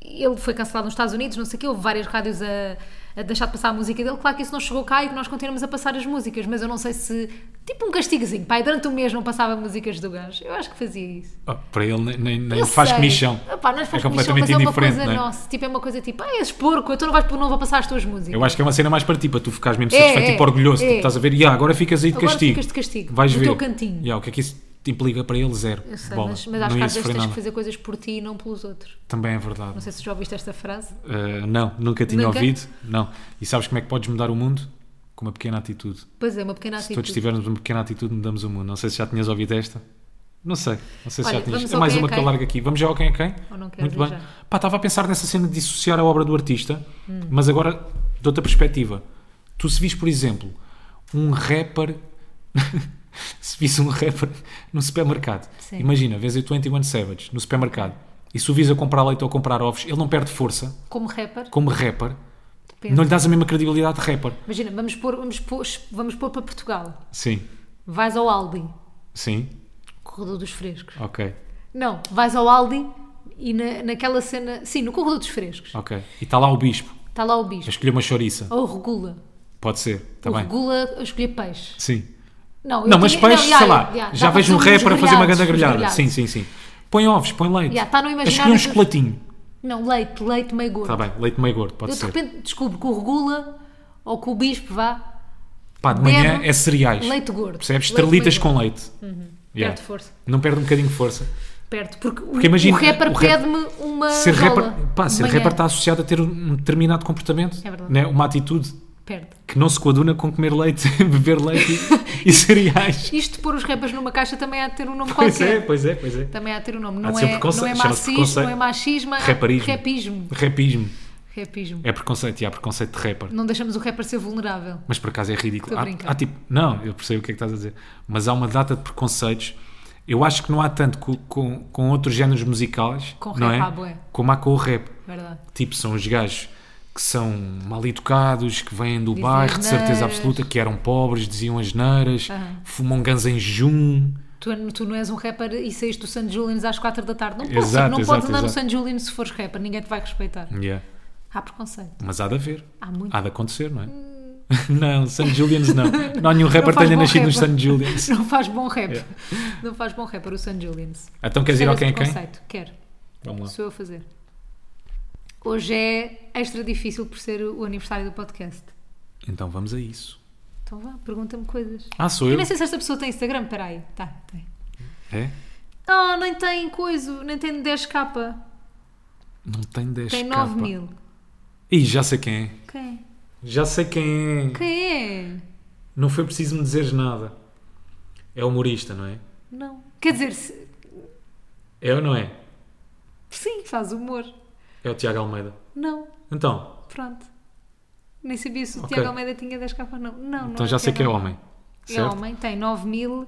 Speaker 1: ele foi cancelado nos Estados Unidos, não sei o quê, houve várias rádios a, a deixar de passar a música dele. Claro que isso não chegou cá e que nós continuamos a passar as músicas, mas eu não sei se, tipo, um castigozinho, pai, durante um mês não passava músicas do gajo. Eu acho que fazia isso.
Speaker 2: Ah, Para ele nem, nem, nem
Speaker 1: Eu
Speaker 2: faz
Speaker 1: sei.
Speaker 2: comichão.
Speaker 1: Epá, não lhe
Speaker 2: É
Speaker 1: faz comichão,
Speaker 2: completamente
Speaker 1: mas é uma
Speaker 2: indiferente,
Speaker 1: coisa
Speaker 2: não é?
Speaker 1: nossa. Tipo, é uma coisa tipo, ah, és porco, então não vais, não vou passar as tuas músicas.
Speaker 2: Eu acho que é uma cena mais para ti, para tu ficares mesmo
Speaker 1: É,
Speaker 2: satisfeito,
Speaker 1: é,
Speaker 2: tipo orgulhoso.
Speaker 1: é.
Speaker 2: Tipo, estás a ver, "Ya, agora ficas aí de
Speaker 1: Agora
Speaker 2: castigo.
Speaker 1: ficas de castigo,
Speaker 2: Vais
Speaker 1: no
Speaker 2: ver.
Speaker 1: teu cantinho.
Speaker 2: Ya, o que é que isso te implica para ele? Zero.
Speaker 1: Eu sei,
Speaker 2: Bola.
Speaker 1: mas, mas acho
Speaker 2: não
Speaker 1: que
Speaker 2: ia
Speaker 1: às vezes
Speaker 2: sofrer
Speaker 1: tens
Speaker 2: nada.
Speaker 1: que fazer coisas por ti e não pelos outros.
Speaker 2: Também é verdade.
Speaker 1: Não sei se já ouviste esta frase.
Speaker 2: Ah, não, nunca tinha
Speaker 1: Nunca?
Speaker 2: ouvido. Não. E sabes como é que podes mudar o mundo? Com uma pequena atitude.
Speaker 1: Pois é, uma pequena
Speaker 2: Se todos
Speaker 1: atitude.
Speaker 2: tivermos uma pequena atitude, mudamos o mundo. Não sei se já tinhas ouvido esta. Não sei. Não sei se
Speaker 1: Olha,
Speaker 2: já tinhas.
Speaker 1: vamos
Speaker 2: É
Speaker 1: ao
Speaker 2: mais
Speaker 1: quem é
Speaker 2: uma que eu
Speaker 1: quem?
Speaker 2: largo aqui. Vamos já ao quem é quem?
Speaker 1: Ou não queres
Speaker 2: Muito
Speaker 1: ir
Speaker 2: bem.
Speaker 1: já? Hum.
Speaker 2: Pá, estava a pensar nessa cena de dissociar a obra do artista, mas agora de outra perspectiva. Tu se vis, por exemplo, um rapper. (laughs) se vis um rapper no supermercado.
Speaker 1: Sim.
Speaker 2: Imagina, vês o 21 Savage no supermercado. E se o vis a comprar leite ou comprar ovos, ele não perde força
Speaker 1: Como rapper,
Speaker 2: como rapper.
Speaker 1: depende.
Speaker 2: Não lhe dás a mesma credibilidade de rapper.
Speaker 1: Imagina, vamos pôr, vamos, pôr, vamos pôr para Portugal.
Speaker 2: Sim,
Speaker 1: Vais ao Aldi,
Speaker 2: sim,
Speaker 1: corredor dos frescos.
Speaker 2: ok,
Speaker 1: Não, vais ao Aldi e na, naquela cena. Sim, no corredor dos frescos.
Speaker 2: ok. E está lá o bispo
Speaker 1: Está lá o
Speaker 2: a
Speaker 1: bicho.
Speaker 2: escolher uma chouriça.
Speaker 1: Ou o regula.
Speaker 2: Pode ser, está
Speaker 1: o
Speaker 2: Tá bem.
Speaker 1: regula a escolher peixe.
Speaker 2: Sim.
Speaker 1: Não, eu
Speaker 2: Não, mas
Speaker 1: tinha-
Speaker 2: peixe,
Speaker 1: não,
Speaker 2: sei
Speaker 1: já,
Speaker 2: lá,
Speaker 1: já,
Speaker 2: já
Speaker 1: dá
Speaker 2: vejo um
Speaker 1: para fazer uns
Speaker 2: rapper a fazer uma
Speaker 1: grelhados,
Speaker 2: ganda
Speaker 1: uns
Speaker 2: grelhada.
Speaker 1: grelhados.
Speaker 2: Sim, sim, sim. Põe ovos, põe leite.
Speaker 1: Já, tá no imaginário
Speaker 2: Escolhi um
Speaker 1: dos-
Speaker 2: chocolatinho.
Speaker 1: Não, leite, leite meio gordo.
Speaker 2: Está Tá bem, leite meio gordo, pode
Speaker 1: eu de
Speaker 2: ser.
Speaker 1: repente descubro que o regula ou que o bispo vá
Speaker 2: Pá, de manhã
Speaker 1: bebo
Speaker 2: é cereais.
Speaker 1: leite gordo.
Speaker 2: Percebes?
Speaker 1: Leite
Speaker 2: Estrelitas
Speaker 1: meio Uhum.
Speaker 2: com leite. Yeah.
Speaker 1: Perde força.
Speaker 2: Não perde um bocadinho de força.
Speaker 1: Perto. Porque, o-
Speaker 2: Porque imagina,
Speaker 1: o rapper
Speaker 2: o rap-
Speaker 1: pede-me uma.
Speaker 2: Ser
Speaker 1: Ah, rola
Speaker 2: rapper, tá pá,
Speaker 1: de
Speaker 2: ser
Speaker 1: manhã.
Speaker 2: rapper está associado a ter um determinado comportamento,
Speaker 1: É verdade.
Speaker 2: né? uma atitude.
Speaker 1: Perde.
Speaker 2: que não se coaduna com comer leite, (laughs) beber leite
Speaker 1: (laughs)
Speaker 2: e, e cereais.
Speaker 1: Isto de pôr os rappers numa caixa também há de ter um nome
Speaker 2: Pois
Speaker 1: qualquer.
Speaker 2: é, pois é, pois é.
Speaker 1: Também há de ter um nome.
Speaker 2: Há
Speaker 1: Não
Speaker 2: de ser
Speaker 1: é,
Speaker 2: preconceito,
Speaker 1: não é
Speaker 2: chama-se
Speaker 1: machismo,
Speaker 2: preconceito.
Speaker 1: não é machismo, é
Speaker 2: Raparismo.
Speaker 1: rapismo.
Speaker 2: Rapismo.
Speaker 1: Rapismo.
Speaker 2: É preconceito, e há preconceito de rapper.
Speaker 1: Não deixamos o rapper ser vulnerável.
Speaker 2: Mas por acaso é ridículo.
Speaker 1: Estou a
Speaker 2: Há,
Speaker 1: brincar.
Speaker 2: há tipo, não, eu percebo o que é que estás a dizer. Mas há uma data de preconceitos. Eu acho que não há tanto co- com, com, outros géneros musicais,
Speaker 1: Com
Speaker 2: não
Speaker 1: rap
Speaker 2: é?
Speaker 1: há bué.
Speaker 2: Como há com o rap.
Speaker 1: Verdade.
Speaker 2: Tipo, são os gajos que são mal educados, que vêm do
Speaker 1: Dizem
Speaker 2: bairro, de certeza
Speaker 1: asneiras.
Speaker 2: absoluta, que eram pobres, diziam as neiras,
Speaker 1: Aham.
Speaker 2: fumam ganza em jejum.
Speaker 1: Tu, tu não és um rapper e saíste do San Julian's às 4 da tarde. Não, podes,
Speaker 2: Exato,
Speaker 1: não
Speaker 2: exato,
Speaker 1: podes andar no
Speaker 2: exato.
Speaker 1: San Julian se fores rapper. Ninguém te vai respeitar.
Speaker 2: Yeah.
Speaker 1: Há preconceito.
Speaker 2: Mas há de haver.
Speaker 1: Há muito.
Speaker 2: Há de acontecer, não é? (laughs) não, San Julians não. Não há nenhum rapper
Speaker 1: Hum. faz
Speaker 2: tenha
Speaker 1: bom
Speaker 2: nascido nos
Speaker 1: rapper.
Speaker 2: San Julians.
Speaker 1: Não faz bom rap. Não faz bom rapper o San Julian's.
Speaker 2: Então queres ir ao quem é quem?
Speaker 1: preconceito. Quero.
Speaker 2: Vamos lá.
Speaker 1: Sou eu a fazer. Hoje é extra difícil por ser o aniversário do podcast.
Speaker 2: Então vamos a isso.
Speaker 1: Então vá, pergunta-me coisas.
Speaker 2: Ah, sou
Speaker 1: Eu
Speaker 2: eu?
Speaker 1: nem sei se esta pessoa tem Instagram, peraí. Tá, tem.
Speaker 2: É?
Speaker 1: Ah, nem tem coisa, nem tem 10k.
Speaker 2: Não tem 10
Speaker 1: Tem 9 mil.
Speaker 2: Ih, já sei quem é.
Speaker 1: Quem?
Speaker 2: Já sei quem é.
Speaker 1: Quem é?
Speaker 2: Não foi preciso me dizeres nada. É humorista, não é?
Speaker 1: Não. Quer dizer, se-
Speaker 2: É ou não é?
Speaker 1: sim, faz humor.
Speaker 2: É o Tiago Almeida.
Speaker 1: Não,
Speaker 2: Então,
Speaker 1: pronto. Nem sabia se o
Speaker 2: Ok.
Speaker 1: Tiago Almeida tinha 10k, não. Não, não.
Speaker 2: então já sei que é
Speaker 1: não.
Speaker 2: homem.
Speaker 1: É
Speaker 2: Certo?
Speaker 1: homem, tem 9.405.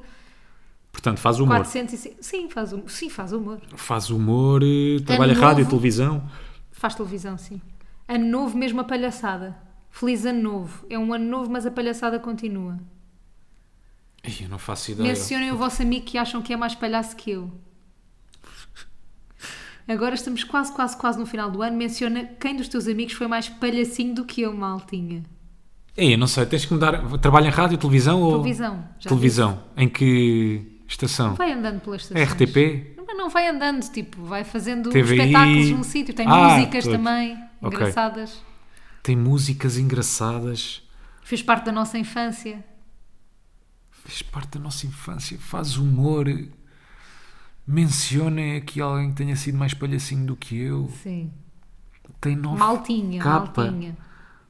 Speaker 2: Portanto, faz humor.
Speaker 1: Sim, faz humor. Sim, faz humor.
Speaker 2: Faz humor, eh, trabalha rádio,
Speaker 1: É novo.
Speaker 2: televisão.
Speaker 1: Faz televisão, sim. Ano novo, mesmo a palhaçada. Feliz ano novo. É um ano novo, mas a palhaçada continua.
Speaker 2: Ih, eu não faço ideia.
Speaker 1: Mencionem o vosso amigo que acham que é mais palhaço que eu. Agora estamos quase, quase, quase no final do ano. Menciona quem dos teus amigos foi mais palhacinho do que eu, maltinha.
Speaker 2: Ei, eu não sei, tens que mudar. Trabalha em rádio, televisão ou.
Speaker 1: Televisão. já
Speaker 2: Televisão. Em que estação? É
Speaker 1: disse. Vai andando pelas estações.
Speaker 2: RTP?
Speaker 1: Não, Mas não vai andando, tipo, vai fazendo
Speaker 2: TVI.
Speaker 1: espetáculos num sítio. Tem
Speaker 2: Ah,
Speaker 1: músicas
Speaker 2: pois.
Speaker 1: também,
Speaker 2: Ok.
Speaker 1: engraçadas.
Speaker 2: Tem músicas engraçadas.
Speaker 1: Fez parte da nossa infância.
Speaker 2: Fez parte da nossa infância. Faz humor. Menciona aqui alguém que tenha sido mais palhacinho do que eu.
Speaker 1: Sim.
Speaker 2: Tem nove.
Speaker 1: Maltinha,
Speaker 2: Capa.
Speaker 1: maltinha.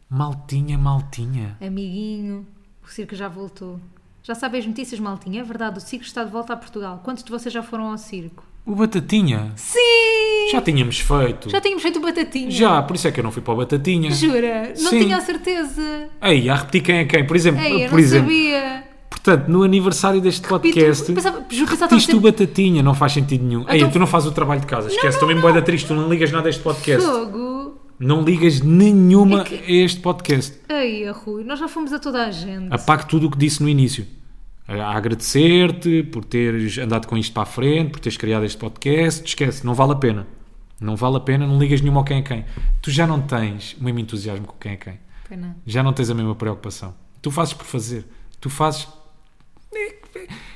Speaker 2: Maltinha, maltinha.
Speaker 1: Amiguinho, o circo já voltou. Já sabem as notícias, maltinha? É verdade, o circo está de volta a Portugal. Quantos de vocês já foram ao circo?
Speaker 2: O Batatinha.
Speaker 1: Sim!
Speaker 2: Já tínhamos feito.
Speaker 1: Já tínhamos feito o batatinha.
Speaker 2: Já, por isso é que eu não fui para o Batatinha.
Speaker 1: Jura? Não
Speaker 2: Sim.
Speaker 1: tinha a certeza.
Speaker 2: Ei, a repetir quem é quem. Por exemplo,
Speaker 1: Ei, eu
Speaker 2: por
Speaker 1: não
Speaker 2: exemplo é
Speaker 1: sabia.
Speaker 2: portanto, no aniversário deste
Speaker 1: Pito,
Speaker 2: podcast.
Speaker 1: pensava, juro, pensava que
Speaker 2: Repetiste o
Speaker 1: estava
Speaker 2: batatinha, não faz sentido nenhum. Ei,
Speaker 1: Então-
Speaker 2: tu não fazes o trabalho de casa, esquece. Também boeda triste, tu não ligas nada a este
Speaker 1: sempre
Speaker 2: podcast.
Speaker 1: fogo.
Speaker 2: Não ligas nenhuma
Speaker 1: É que-
Speaker 2: a este podcast.
Speaker 1: Ei, a Rui, nós já fomos a toda a gente.
Speaker 2: Apague tudo o que disse no início. A agradecer-te por teres andado com isto para a frente, por teres criado este podcast. Esquece, não vale a pena. Não vale a pena, não ligas nenhuma ao quem é quem. Tu já não tens o mesmo entusiasmo com quem é quem.
Speaker 1: Pena.
Speaker 2: Já não tens a mesma preocupação. Tu fazes por fazer. Tu fazes.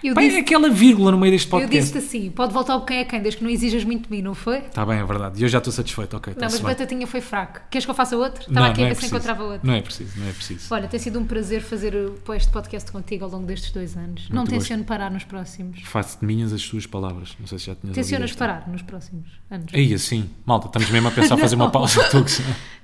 Speaker 1: Eu
Speaker 2: Pá,
Speaker 1: disse-
Speaker 2: é aquela vírgula no meio deste
Speaker 1: eu
Speaker 2: podcast.
Speaker 1: disse-te assim: pode voltar ao quem é quem, desde que não exijas muito de mim, não foi?
Speaker 2: Está bem, é verdade. E eu já estou satisfeito, ok.
Speaker 1: não, mas
Speaker 2: está-se bem.
Speaker 1: batatinha foi fraco. Queres que eu faça outro? Estava aqui a ver se encontrava outro.
Speaker 2: Não é preciso, não é preciso.
Speaker 1: Olha, tem sido um prazer fazer o- este podcast contigo ao longo destes dois anos. não
Speaker 2: gosto.
Speaker 1: tenciono parar nos próximos.
Speaker 2: Faço de minhas as suas palavras. Não sei se já tinhas
Speaker 1: Tencionas
Speaker 2: ouvido esta.
Speaker 1: parar nos próximos anos?
Speaker 2: Aí assim, malta, estamos mesmo a pensar
Speaker 1: (laughs)
Speaker 2: fazer
Speaker 1: Não.
Speaker 2: uma pausa, Tux.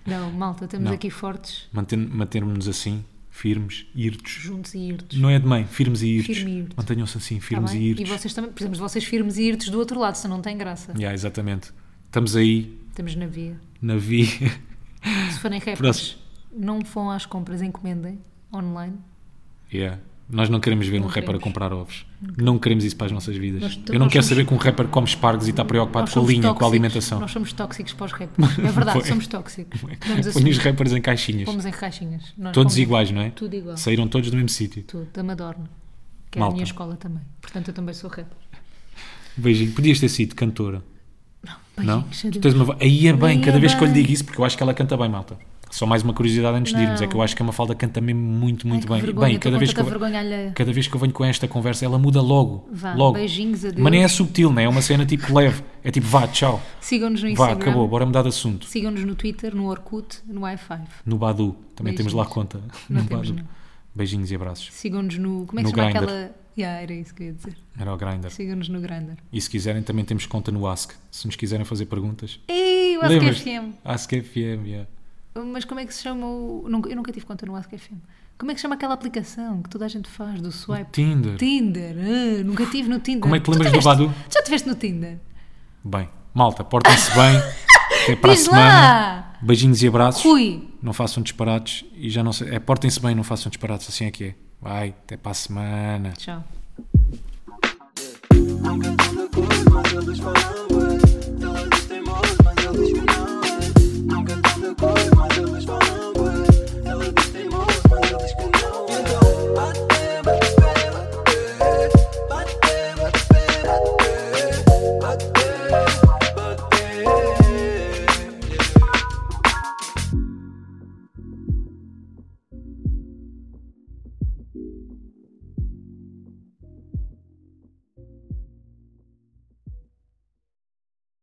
Speaker 1: Não, malta, estamos
Speaker 2: Não.
Speaker 1: aqui fortes,
Speaker 2: Manter- Mantermos-nos assim, firmes, irtos.
Speaker 1: juntos e irtos.
Speaker 2: Não é de mãe, firmes e irtos.
Speaker 1: Firme e irto.
Speaker 2: Mantenham-se assim,
Speaker 1: Tá
Speaker 2: firmes
Speaker 1: bem?
Speaker 2: e
Speaker 1: E
Speaker 2: irtos.
Speaker 1: vocês também, precisamos de vocês firmes e irtos do outro lado, senão não tem graça.
Speaker 2: Yeah, exatamente. Estamos aí,
Speaker 1: Estamos na via.
Speaker 2: na via. (laughs)
Speaker 1: Se forem rappers,
Speaker 2: Próximo.
Speaker 1: não vão às compras, encomendem online.
Speaker 2: Yeah. Nós não queremos ver um rapper a
Speaker 1: queremos.
Speaker 2: comprar ovos. Não queremos isso para as nossas vidas.
Speaker 1: Nós-
Speaker 2: Eu não
Speaker 1: nós
Speaker 2: quero
Speaker 1: somos-
Speaker 2: saber que um rapper come espargos e está preocupado
Speaker 1: Nós
Speaker 2: com a
Speaker 1: somos
Speaker 2: linha, com a
Speaker 1: tóxicos.
Speaker 2: alimentação.
Speaker 1: Nós somos tóxicos para os rappers. É verdade,
Speaker 2: Foi. é.
Speaker 1: somos tóxicos. Vamos
Speaker 2: (laughs) Põe os
Speaker 1: assumir.
Speaker 2: rappers em caixinhas.
Speaker 1: Pomos em caixinhas. Nós
Speaker 2: Todos
Speaker 1: pomos em-
Speaker 2: iguais, não é?
Speaker 1: assim. Tudo igual.
Speaker 2: Saíram todos do mesmo sítio.
Speaker 1: Tudo, da Madorna. Que é a
Speaker 2: Malta.
Speaker 1: minha escola também. Portanto, eu também sou rapper.
Speaker 2: Beijinho. Podias ter sido cantora,
Speaker 1: Beijinhos,
Speaker 2: não?
Speaker 1: adeus.
Speaker 2: Tu tens uma vo- Aí é bem,
Speaker 1: Aí
Speaker 2: cada
Speaker 1: é
Speaker 2: vez que eu lhe
Speaker 1: bem.
Speaker 2: digo isso, porque eu acho que ela canta bem, malta. Só mais uma curiosidade antes de irmos, é que eu acho que a Mafalda canta mesmo muito,
Speaker 1: Ai,
Speaker 2: muito
Speaker 1: que
Speaker 2: bem.
Speaker 1: vergonha,
Speaker 2: bem,
Speaker 1: estou
Speaker 2: cada
Speaker 1: com
Speaker 2: vez, que
Speaker 1: tanta
Speaker 2: eu,
Speaker 1: vergonha alheia.
Speaker 2: cada vez que eu venho com esta conversa, ela muda logo.
Speaker 1: Vá,
Speaker 2: logo.
Speaker 1: beijinhos, adeus.
Speaker 2: Mas nem é subtil, né? É uma cena tipo leve. É tipo, vá, tchau.
Speaker 1: Sigam-nos no
Speaker 2: Vá,
Speaker 1: Instagram.
Speaker 2: acabou, bora mudar de assunto.
Speaker 1: Sigam-nos no Twitter, no Orkut, no i5.
Speaker 2: No Badu, também temos lá
Speaker 1: Beijinhos.
Speaker 2: conta.
Speaker 1: Não
Speaker 2: no
Speaker 1: temos,
Speaker 2: Badoo.
Speaker 1: não.
Speaker 2: Beijinhos e abraços.
Speaker 1: Sigam-nos no. Como é que se
Speaker 2: No
Speaker 1: chama
Speaker 2: Grindr.
Speaker 1: aquela. Yeah, era isso que eu ia dizer.
Speaker 2: Era o Grindr.
Speaker 1: Sigam-nos no Grindr.
Speaker 2: E se quiserem, também temos conta no Ask. Se nos quiserem fazer perguntas.
Speaker 1: Ei, o
Speaker 2: Lembras?
Speaker 1: AskFM.
Speaker 2: Ask FM, yeah.
Speaker 1: Mas como é que se chama o. nunca- Eu nunca tive conta no Ask FM. Como é que se chama aquela aplicação que toda a gente faz do swipe?
Speaker 2: Tinder.
Speaker 1: Tinder. Ah, nunca tive no Tinder.
Speaker 2: Como é que te
Speaker 1: Tu
Speaker 2: lembras do
Speaker 1: tiveste-
Speaker 2: Badu?
Speaker 1: tu Já tiveste no Tinder?
Speaker 2: Bem,
Speaker 1: (laughs)
Speaker 2: malta, portem-se bem. Até para
Speaker 1: Diz
Speaker 2: a semana.
Speaker 1: lá!
Speaker 2: Beijinhos e abraços.
Speaker 1: Rui!
Speaker 2: Não façam disparates. E já não sei. É, portem-se bem, não façam disparates. Assim é que é. Vai, até para a semana.
Speaker 1: Tchau.
Speaker 3: Não cantando cor, mas eles falam bué. Todos teimosos, mas eles que não é. Não cantando cor, mas eles falam bué. Eles diz teimosos, mas eles que não é. Então, bate, bate, bate, bate. Bate, bate, bate, bate.